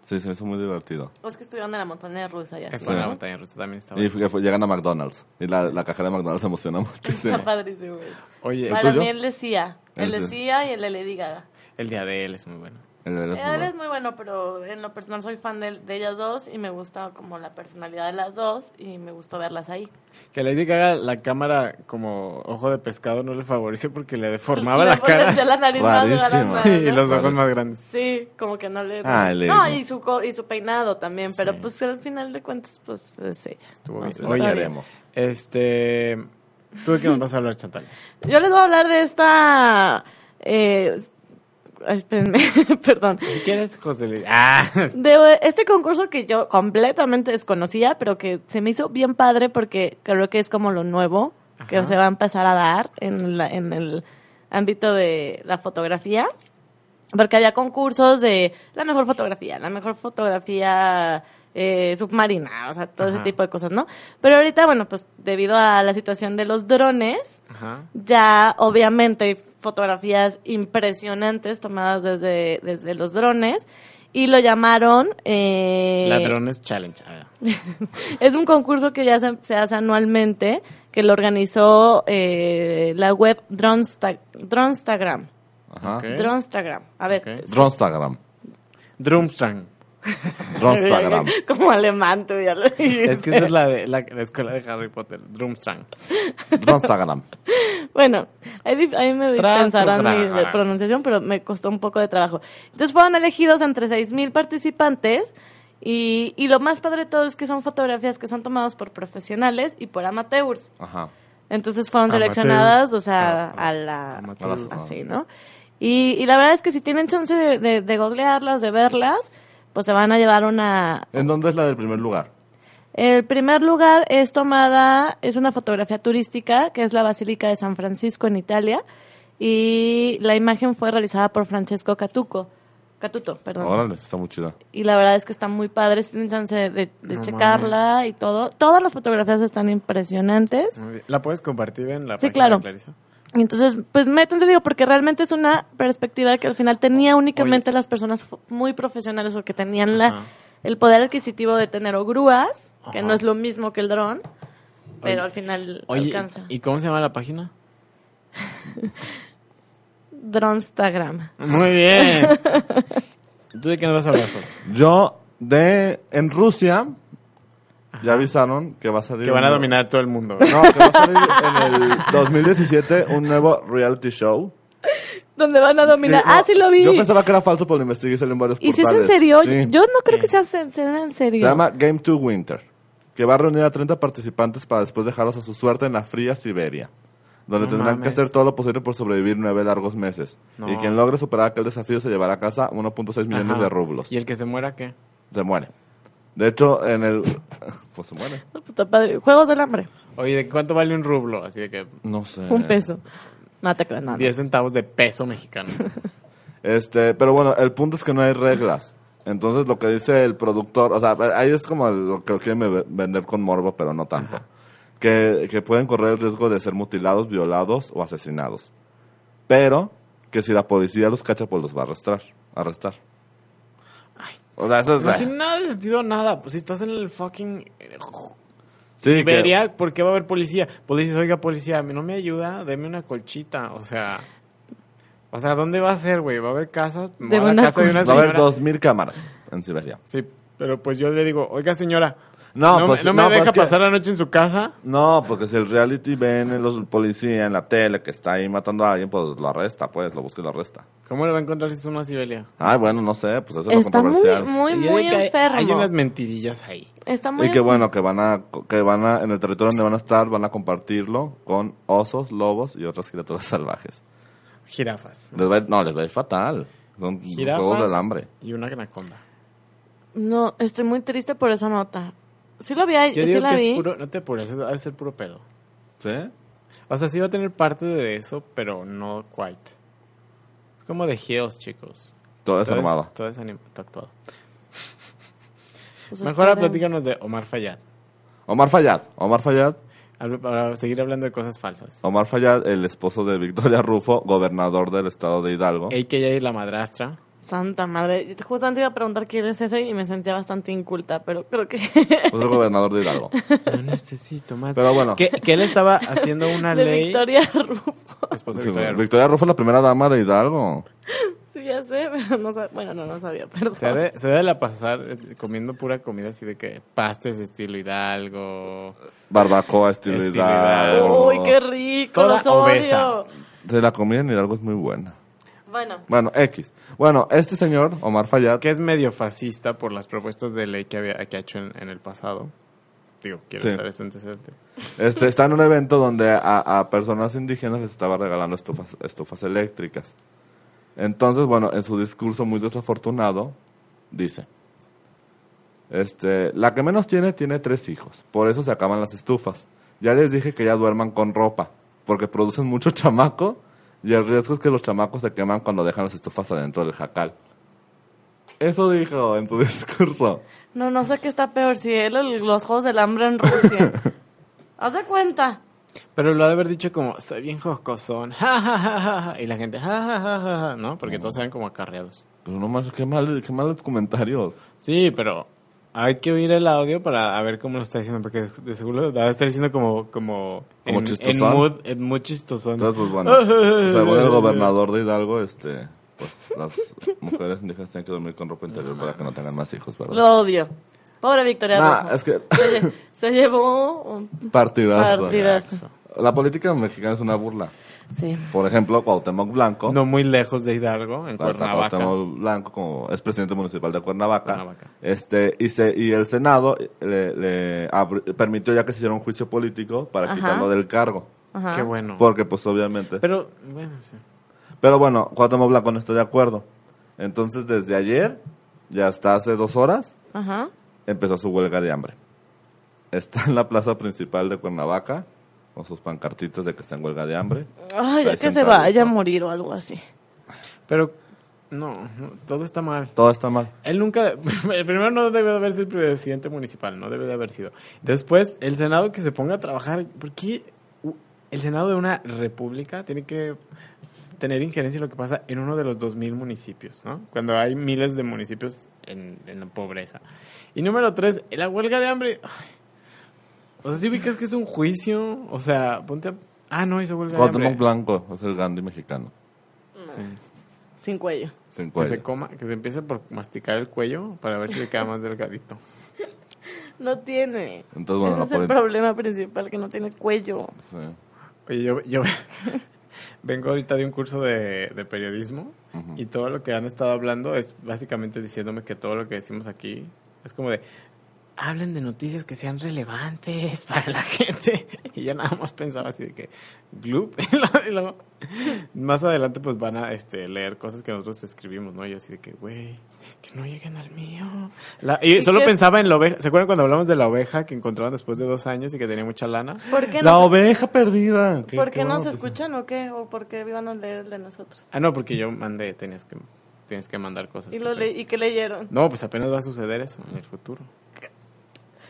Speaker 6: Sí, se me hizo muy divertido.
Speaker 7: Es que estuvieron en la montaña rusa ya.
Speaker 5: Ese en la montaña rusa también estaba.
Speaker 6: Y fue- que fue- llegan a McDonald's. Y la, la cajera de McDonald's se emociona muchísimo.
Speaker 7: Está padrísimo. güey.
Speaker 5: Oye,
Speaker 7: Para
Speaker 6: tuyo?
Speaker 7: mí él decía. Él
Speaker 6: Ese.
Speaker 7: decía y el de Lady Gaga.
Speaker 5: el de Adele es muy bueno.
Speaker 6: El de-
Speaker 7: Él es muy bueno, pero en lo personal soy fan de, de ellas dos y me gusta como la personalidad de las dos y me gustó verlas ahí.
Speaker 5: Que Lady Gaga la cámara como ojo de pescado no le favoreció porque le deformaba
Speaker 7: Le
Speaker 5: la
Speaker 7: ponen
Speaker 5: cara.
Speaker 7: ya la nariz más
Speaker 6: Rarísimo.
Speaker 7: grande,
Speaker 5: Sí,
Speaker 7: ¿no?
Speaker 5: y los ojos
Speaker 6: Parece-
Speaker 5: más grandes.
Speaker 7: Sí, como que no le...
Speaker 6: Ah, le-
Speaker 7: no, y su, co- y su peinado también, pero
Speaker 5: Sí.
Speaker 7: pues al final de cuentas, pues es ella.
Speaker 5: Estuvo
Speaker 7: O
Speaker 5: bien.
Speaker 7: sea,
Speaker 6: Oye,
Speaker 7: está bien.
Speaker 6: haremos.
Speaker 5: Este, ¿tú de qué nos vas a hablar, Chantal?
Speaker 7: Yo les voy a hablar de esta... Eh, espérenme, perdón.
Speaker 5: Si quieres, José Luis. Ah,
Speaker 7: De este concurso que yo completamente desconocía, pero que se me hizo bien padre porque creo que es como lo nuevo que
Speaker 5: Ajá.
Speaker 7: se va a empezar a dar en, la- en el ámbito de la fotografía. Porque había concursos de la mejor fotografía, la mejor fotografía eh, submarina, o sea, todo
Speaker 5: Ajá.
Speaker 7: ese tipo de cosas, ¿no? Pero ahorita, bueno, pues debido a la situación de los drones,
Speaker 5: Ajá.
Speaker 7: ya obviamente hay fotografías impresionantes tomadas desde, desde los drones y lo llamaron... eh,
Speaker 5: Ladrones Challenge. ah, a ver.
Speaker 7: Es un concurso que ya se, se hace anualmente, que lo organizó eh, la web Dronesta- Dronstagram.
Speaker 6: Ajá.
Speaker 5: Ok.
Speaker 7: Dronstagram. A ver.
Speaker 5: Ok.
Speaker 6: Dronstagram.
Speaker 5: Drumstrang.
Speaker 6: Dronstagram.
Speaker 7: Como alemán, tú ya lo dijiste.
Speaker 5: Es que esa es la, de, la, la escuela de Harry Potter. Drumstrang.
Speaker 6: Dronstagram.
Speaker 7: Bueno, ahí, dif- ahí me
Speaker 5: Tras,
Speaker 7: dispensarán
Speaker 5: tras,
Speaker 7: mi
Speaker 5: tras.
Speaker 7: de pronunciación, pero me costó un poco de trabajo. Entonces fueron elegidos entre 6.000 participantes y, y lo más padre de todo es que son fotografías que son tomadas por profesionales y por amateurs.
Speaker 6: Ajá.
Speaker 7: Entonces fueron
Speaker 5: Amateur.
Speaker 7: seleccionadas, o sea,
Speaker 5: Ah, ah,
Speaker 7: a la...
Speaker 5: amateur. Ah,
Speaker 7: a la- Así, ¿no? Y, y la verdad es que si tienen chance de, de, de googlearlas, de verlas, pues se van a llevar una...
Speaker 6: ¿En dónde es la del primer lugar?
Speaker 7: El primer lugar es tomada, es una fotografía turística, que es la Basílica de San Francisco en Italia, y la imagen fue realizada por Francesco Catuco. Catuto, perdón.
Speaker 6: Órale, está muy chida.
Speaker 7: Y la verdad es que está muy padre, si tienen chance de, de
Speaker 5: No
Speaker 7: checarla y todo. Todas las fotografías están impresionantes.
Speaker 5: Muy bien. ¿La puedes compartir en la página
Speaker 7: Sí,
Speaker 5: de
Speaker 7: claro.
Speaker 5: Clarisa?
Speaker 7: Y Entonces, pues métanse, digo, porque realmente es una perspectiva que al final tenía únicamente las personas fu- muy profesionales o que tenían la, el poder adquisitivo de tener o grúas, que
Speaker 5: Ajá.
Speaker 7: no es lo mismo que el dron, pero
Speaker 5: Oye.
Speaker 7: al final
Speaker 5: Oye,
Speaker 7: alcanza.
Speaker 5: ¿y cómo se llama la página?
Speaker 7: Dronstagram.
Speaker 5: Muy bien. ¿Tú de qué nos vas a hablar, José?
Speaker 6: Yo, de. En Rusia. Ya avisaron que va a salir.
Speaker 5: Que van a
Speaker 6: un-
Speaker 5: dominar todo el mundo.
Speaker 6: No, que va a salir en el 2017 un nuevo reality show.
Speaker 7: Donde van a dominar.
Speaker 6: Digo,
Speaker 7: ah, sí lo vi.
Speaker 6: Yo pensaba que era falso, pero lo investigué y salió en varios
Speaker 7: ¿Y si es en
Speaker 6: portales.
Speaker 7: serio?
Speaker 6: Sí.
Speaker 7: Yo no creo que sea sen- sea en serio.
Speaker 6: Se llama Game to Winter, que va a reunir a 30 participantes para después dejarlos a su suerte en la fría Siberia, donde
Speaker 5: No
Speaker 6: tendrán que
Speaker 5: mames.
Speaker 6: hacer todo lo posible por sobrevivir nueve largos meses.
Speaker 5: No.
Speaker 6: Y quien logre superar aquel desafío se llevará a casa 1.6 millones
Speaker 5: Ajá.
Speaker 6: de rublos.
Speaker 5: ¿Y el que se muera qué?
Speaker 6: Se muere. De hecho, en el... Pues se muere.
Speaker 7: Pues está padre. Juegos del hambre.
Speaker 5: Oye, ¿de cuánto vale un rublo? Así de que
Speaker 6: No sé.
Speaker 7: Un peso. No te creas, no, no.
Speaker 5: 10 centavos de peso mexicano.
Speaker 6: Este, pero bueno, el punto es que no hay reglas. Entonces lo que dice el productor, o sea, ahí es como lo que quieren ve- vender con morbo, pero no tanto. Que, que pueden correr el riesgo de ser mutilados, violados o asesinados. Pero que si la policía los cacha, pues los va a arrestar. arrestar. O sea, eso es...
Speaker 5: No tiene nada de sentido, nada. Pues si estás en el fucking eh,
Speaker 6: sí, que-
Speaker 5: Siberia, ¿por qué va a haber policía? Pues dices, oiga, policía, a mí no me ayuda, deme una colchita. O sea, o sea, ¿dónde va a ser, güey? ¿Va a haber casas? Me voy a
Speaker 7: Deme
Speaker 5: la
Speaker 7: una
Speaker 5: casa de una
Speaker 6: va a haber
Speaker 5: señora.
Speaker 6: 2.000 cámaras en Siberia.
Speaker 5: Sí, pero pues yo le digo, oiga, señora,
Speaker 6: No,
Speaker 5: no, me-
Speaker 6: pues,
Speaker 5: no me
Speaker 6: no, pues,
Speaker 5: deja
Speaker 6: que-
Speaker 5: pasar la noche en su casa.
Speaker 6: No, porque si el reality ven en los policía en la tele que está ahí matando a alguien, pues lo arresta, pues lo busca y lo arresta.
Speaker 5: ¿Cómo le va a encontrar si es una Sibelia?
Speaker 6: Ay, bueno, no sé, pues eso es lo
Speaker 7: Está muy,
Speaker 6: controversial.
Speaker 7: muy,
Speaker 5: Y de
Speaker 7: muy
Speaker 5: que hay- Hay
Speaker 7: enfermo.
Speaker 5: unas mentirillas ahí.
Speaker 7: Está muy
Speaker 6: Y qué bueno que van a que van a en el territorio donde van a estar van a compartirlo con osos, lobos y otras criaturas salvajes.
Speaker 5: Jirafas.
Speaker 6: Les va a ir- no, les va a ir fatal. Son los
Speaker 5: Jirafas.
Speaker 6: juegos del hambre.
Speaker 5: Y una anaconda.
Speaker 7: No, estoy muy triste por esa nota. Sí lo vi, ahí,
Speaker 5: Yo
Speaker 7: sí
Speaker 5: digo
Speaker 7: la
Speaker 5: que
Speaker 7: vi.
Speaker 5: es puro, no te apures, eso ha de ser puro pedo.
Speaker 6: ¿Sí?
Speaker 5: O sea, sí va a tener parte de eso, pero no quite. Es como de Hills, chicos.
Speaker 6: Todo es
Speaker 5: Todo es-
Speaker 6: armado.
Speaker 5: Todo es anim- está actuado.
Speaker 7: Pues
Speaker 5: Mejor ahora
Speaker 7: esperen.
Speaker 5: platícanos de Omar Fayad.
Speaker 6: Omar Fayad, Omar Fayad,
Speaker 5: Al- Para seguir hablando de cosas falsas.
Speaker 6: Omar Fayad, el esposo de Victoria Rufo, gobernador del estado de Hidalgo.
Speaker 5: AKA la madrastra.
Speaker 7: Santa madre. Justamente iba a preguntar quién es ese y me sentía bastante inculta, pero creo que.
Speaker 6: Otro gobernador de Hidalgo. Pues,
Speaker 5: No necesito más.
Speaker 6: Pero bueno.
Speaker 5: Que, que él estaba haciendo una
Speaker 7: de
Speaker 5: ley.
Speaker 7: Victoria Rufo.
Speaker 5: Esposo de
Speaker 6: Sí,
Speaker 5: Victoria Rufo.
Speaker 6: Victoria Rufo es la primera dama de Hidalgo.
Speaker 7: Sí, ya sé, pero no sabía. Bueno, no, no sabía, perdón.
Speaker 5: Se debe, se debe la pasar eh, comiendo pura comida así de que pastes de estilo Hidalgo.
Speaker 6: Barbacoa, estilo
Speaker 5: Estilo
Speaker 6: Hidalgo.
Speaker 7: ¡Uy, qué rico!
Speaker 5: Toda
Speaker 7: ¡Los odio!
Speaker 5: obesa.
Speaker 6: Sí, la comida en Hidalgo es muy buena.
Speaker 7: Bueno,
Speaker 6: Bueno, X. Bueno, este señor, Omar Fayad,
Speaker 5: Que es medio fascista por las propuestas de ley que, había, que ha hecho en, en el pasado. Digo, quiero
Speaker 6: Sí.
Speaker 5: saber este antecedente.
Speaker 6: Este, está en un evento donde a, a personas indígenas les estaba regalando estufas, estufas eléctricas. Entonces, bueno, en su discurso muy desafortunado, dice, este, la que menos tiene tiene tres hijos, por eso se acaban las estufas. Ya les dije que ya duerman con ropa, porque producen mucho chamaco y el riesgo es que los chamacos se queman cuando dejan las estufas adentro del jacal. Eso dijo en su discurso.
Speaker 7: no, no sé qué está peor, si él o los Juegos del Hambre en Rusia. Haz de cuenta.
Speaker 5: Pero lo ha de haber dicho como, soy bien jocosón. ja, ja, ja, ja, ja", Y la gente, ja, ja, ja, ja, ja", ¿no? Porque todos eran como acarreados.
Speaker 6: Pero Pues no más, qué, mal, qué malos comentarios.
Speaker 5: Sí, pero hay que oír el audio para a ver cómo lo está diciendo. Porque de- de seguro lo ha de estar diciendo como, como,
Speaker 6: Como
Speaker 5: en, en
Speaker 6: chistosón.
Speaker 5: mood, en mood chistosón.
Speaker 6: Entonces, pues bueno, según el gobernador de Hidalgo, este, pues las mujeres indígenas tienen que dormir con ropa interior para que no tengan más hijos, ¿verdad?
Speaker 7: Lo odio. Pobre Victoria
Speaker 6: Nah,
Speaker 7: Rufo.
Speaker 6: es que
Speaker 7: Se, lle- se llevó un
Speaker 6: partidazo.
Speaker 7: partidazo.
Speaker 6: La política mexicana es una burla.
Speaker 7: Sí.
Speaker 6: Por ejemplo, Cuauhtémoc Blanco,
Speaker 5: No muy lejos de Hidalgo, en Cuernavaca.
Speaker 6: Cuauhtémoc Blanco como es presidente municipal de Cuernavaca,
Speaker 5: Cuernavaca.
Speaker 6: este y se, y el Senado le, le abri- permitió ya que se hiciera un juicio político para
Speaker 7: Ajá.
Speaker 6: quitarlo del cargo,
Speaker 7: Ajá.
Speaker 5: Qué bueno.
Speaker 6: porque pues obviamente
Speaker 5: Pero, bueno, sí.
Speaker 6: Pero bueno, Cuauhtémoc Blanco no está de acuerdo. Entonces, desde ayer, ya hasta hace dos horas,
Speaker 7: Ajá.
Speaker 6: empezó su huelga de hambre. Está en la plaza principal de Cuernavaca, con sus pancartitas de que está en huelga de hambre.
Speaker 7: Ay, ya
Speaker 6: Ahí
Speaker 7: que se
Speaker 6: sentadito.
Speaker 7: vaya a morir o algo así.
Speaker 5: Pero, no, no, todo está mal.
Speaker 6: Todo está mal.
Speaker 5: Él nunca, primero no debe de haber sido el presidente municipal, no debe de haber sido. Después, el Senado que se ponga a trabajar, ¿por qué? el Senado de una república tiene que tener injerencia en lo que pasa en uno de los 2.000 municipios, ¿no? Cuando hay miles de municipios en, en la pobreza. Y número tres, la huelga de hambre. Ay. O sea, si ubicas que es un juicio, o sea, ponte a... Ah, no, hizo huelga de hambre.
Speaker 6: Cuauhtémoc Blanco es el Gandhi mexicano.
Speaker 5: Sí.
Speaker 7: Sin cuello.
Speaker 6: Sin
Speaker 5: Que
Speaker 6: cuello.
Speaker 5: se coma, que se empiece por masticar el cuello para ver si le queda más delgadito.
Speaker 7: No tiene.
Speaker 6: Entonces, Pues bueno,
Speaker 7: Ese
Speaker 6: no
Speaker 7: es el
Speaker 6: puede-
Speaker 7: problema principal, que no tiene cuello.
Speaker 6: Sí.
Speaker 5: Oye, yo, yo vengo ahorita de un curso de, de periodismo y todo lo que han estado hablando es básicamente diciéndome que todo lo que decimos aquí es como de hablen de noticias que sean relevantes para la gente. Y yo nada más pensaba así de que gloop. Y luego- y luego, más adelante pues van a este, leer cosas que nosotros escribimos, ¿no? Y yo así de que, güey, que no lleguen al mío. La- y solo
Speaker 7: qué-
Speaker 5: pensaba en la oveja. ¿Se acuerdan cuando hablamos de la oveja que encontraron después de dos años y que tenía mucha lana?
Speaker 7: ¿Por qué
Speaker 6: La
Speaker 7: no,
Speaker 6: oveja perdida. pues,
Speaker 7: ¿por qué no
Speaker 6: bueno
Speaker 7: se
Speaker 6: que-
Speaker 7: escuchan o qué? ¿O por qué iban a leer el de nosotros?
Speaker 5: Ah, no, porque yo mandé, tenías que, tienes que mandar cosas.
Speaker 7: ¿Y,
Speaker 5: que
Speaker 7: lo le-
Speaker 5: traes.
Speaker 7: ¿Y qué leyeron?
Speaker 5: No, pues apenas va a suceder eso en el futuro.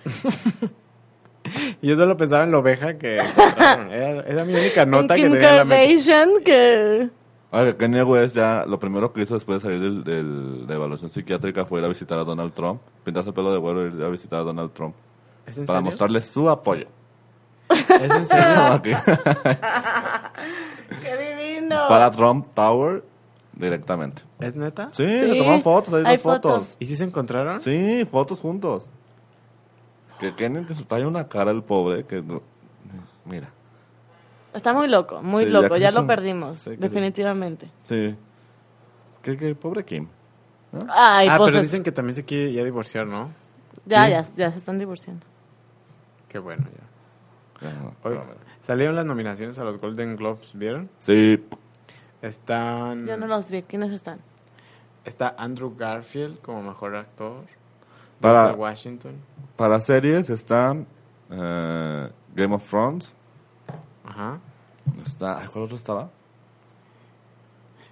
Speaker 5: Y yo solo pensaba en la oveja que encontraron. era, era mi única nota
Speaker 7: Un
Speaker 5: que
Speaker 7: Kim
Speaker 5: tenía en la mente.
Speaker 7: Kardashian que...
Speaker 6: Oye, Kanye West ya lo primero que hizo después de salir del, del- de evaluación psiquiátrica fue ir a visitar a Donald Trump, pintarse el pelo de vuelo y ir a visitar a Donald Trump
Speaker 5: ¿Es en
Speaker 6: para
Speaker 5: serio?
Speaker 6: mostrarle su apoyo.
Speaker 5: ¿Es en serio?
Speaker 6: Ok.
Speaker 7: ¡Qué divino!
Speaker 6: para Trump Tower directamente.
Speaker 5: ¿Es neta?
Speaker 6: Sí,
Speaker 7: Sí,
Speaker 6: se tomaron fotos, hay,
Speaker 7: hay
Speaker 6: dos fotos.
Speaker 5: ¿Y si se encontraron?
Speaker 6: Sí, fotos juntos. Que Kanye te trae una cara el pobre que no- Mira,
Speaker 7: Está muy loco, muy
Speaker 6: Sí, ya
Speaker 7: loco.
Speaker 6: que
Speaker 7: Ya
Speaker 6: se
Speaker 7: lo
Speaker 6: hizo-
Speaker 7: perdimos,
Speaker 6: Sí, que-
Speaker 7: definitivamente.
Speaker 6: sí. Que, que pobre Kim.
Speaker 7: Ay,
Speaker 5: ah,
Speaker 7: pues
Speaker 5: pero
Speaker 7: es-
Speaker 5: dicen que también se quiere ya divorciar, ¿no?
Speaker 7: ya, ya, ya se están divorciando.
Speaker 5: Qué bueno, ya.
Speaker 6: Ajá.
Speaker 5: Oye, salieron las nominaciones a los Golden Globes, ¿vieron?
Speaker 6: Sí,
Speaker 5: Están...
Speaker 6: Mm.
Speaker 7: Yo no los vi. ¿Quiénes están?
Speaker 5: Está Andrew Garfield como mejor actor.
Speaker 6: Para-
Speaker 5: Denzel Washington.
Speaker 6: para series están eh, Game of Thrones.
Speaker 5: Ajá.
Speaker 6: Está, ay, ¿Cuál otro estaba?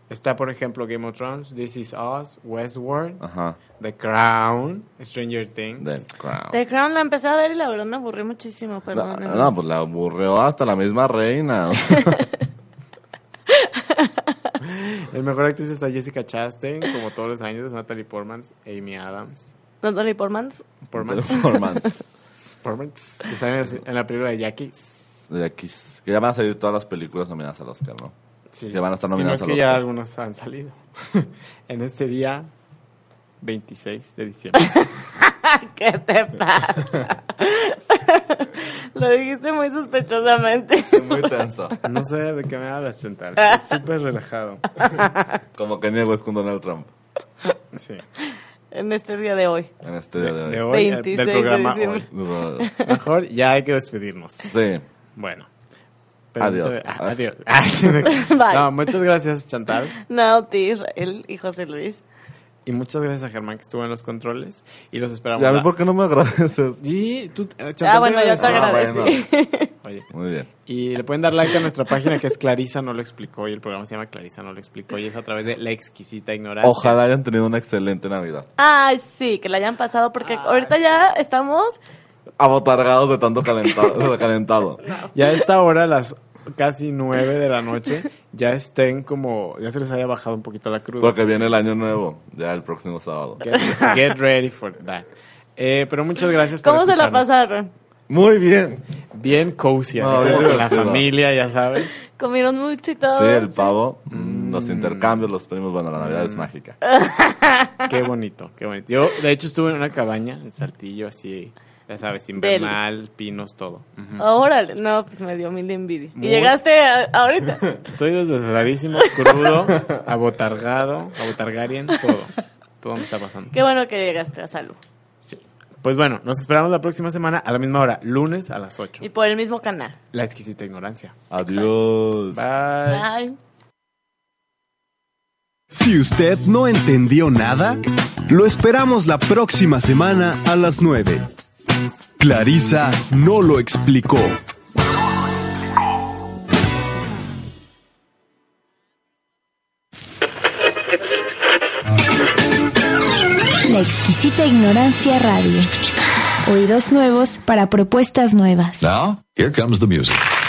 Speaker 5: Está, por ejemplo, Game of Thrones, This Is Us, Westworld,
Speaker 6: Ajá.
Speaker 5: The Crown, Stranger Things.
Speaker 6: The Crown.
Speaker 7: The Crown la empecé a ver y la verdad me aburrí muchísimo,
Speaker 6: No,
Speaker 7: perdón.
Speaker 6: no, pues la aburrió hasta la misma reina. o sea,
Speaker 5: El mejor actriz está Jessica Chastain, como todos los años, Natalie Portman, Amy Adams.
Speaker 7: Natalie Portman.
Speaker 5: Portman.
Speaker 6: performance.
Speaker 5: Portman. Que sale en la película de Jackie.
Speaker 6: De aquí, que ya van a salir todas las películas nominadas al Oscar, ¿no?
Speaker 5: Sí.
Speaker 6: Que van a estar
Speaker 5: Si no
Speaker 6: nominadas
Speaker 5: es
Speaker 6: al
Speaker 5: que ya
Speaker 6: Oscar.
Speaker 5: algunos han salido. en este día 26 de diciembre.
Speaker 7: ¿Qué te pasa? lo dijiste muy sospechosamente.
Speaker 6: Muy tenso.
Speaker 5: No sé de qué me hablas, Chantal. Estoy súper relajado.
Speaker 6: Como que niego es con Donald Trump
Speaker 5: Sí.
Speaker 7: en este día de hoy.
Speaker 6: en este día de hoy.
Speaker 5: De hoy, eh,
Speaker 7: 26
Speaker 5: del
Speaker 7: de
Speaker 5: programa
Speaker 7: diciembre.
Speaker 5: hoy. Mejor ya hay que despedirnos.
Speaker 6: Sí.
Speaker 5: Bueno.
Speaker 6: Adiós.
Speaker 5: muchas- ah,
Speaker 6: Adiós.
Speaker 5: adiós.
Speaker 7: Bye.
Speaker 5: No, muchas gracias, Chantal.
Speaker 7: Nauti, Israel y José Luis.
Speaker 5: Y muchas gracias a Germán que estuvo en los controles. Y los esperamos.
Speaker 6: ¿Y a mí
Speaker 5: la-
Speaker 6: por qué no me agradeces?
Speaker 5: Y tú, eh, Chantal,
Speaker 7: Ah, bueno, yo te
Speaker 5: agradezco.
Speaker 6: Ah,
Speaker 7: agradecí.
Speaker 5: Oye,
Speaker 6: Muy bien.
Speaker 5: y le pueden dar like a nuestra página que es Clarisa No Lo Explicó. Y el programa se llama Clarisa No Lo Explicó. Y es a través de La Exquisita Ignorancia.
Speaker 6: Ojalá hayan tenido una excelente Navidad.
Speaker 7: Ay, sí, que la hayan pasado porque ahorita ya estamos
Speaker 6: Abotargados de tanto calentado. calentado.
Speaker 5: Ya a esta hora, las casi nueve de la noche, ya estén como. Ya se les haya bajado un poquito la cruda.
Speaker 6: Porque viene el año nuevo, ya el próximo sábado.
Speaker 5: Get, get ready for that. Eh, pero muchas gracias por
Speaker 7: ¿Cómo se la
Speaker 5: escucharnos.
Speaker 7: pasaron?
Speaker 6: Muy bien.
Speaker 5: Bien cozy, así
Speaker 6: No,
Speaker 5: como
Speaker 6: bien
Speaker 5: con la
Speaker 6: divertido.
Speaker 5: familia, ya sabes.
Speaker 7: Comieron mucho y todo.
Speaker 6: Sí, el pavo, mm, los intercambios, los primos, bueno, la Navidad es mágica.
Speaker 5: Qué bonito, qué bonito. Yo, de hecho, estuve en una cabaña en Saltillo, así, ya sabes, invernal, pinos, todo. Ujú.
Speaker 7: Órale, no, pues me dio mil de envidia.
Speaker 5: Muy-
Speaker 7: Y llegaste a- ahorita.
Speaker 5: Estoy desveladísimo, crudo, abotargado, abotargarien, todo. Todo me está pasando.
Speaker 7: Qué bueno que llegaste a salud.
Speaker 5: Sí. Pues bueno, nos esperamos la próxima semana a la misma hora, lunes a las 8.
Speaker 7: Y por el mismo canal.
Speaker 5: La exquisita ignorancia.
Speaker 6: Adiós.
Speaker 5: Bye.
Speaker 7: Bye.
Speaker 3: Si usted no entendió nada, lo esperamos la próxima semana a las 9. Clarisa no lo explicó.
Speaker 12: La exquisita ignorancia radio. Oídos nuevos para propuestas nuevas.
Speaker 13: Now, here comes the music.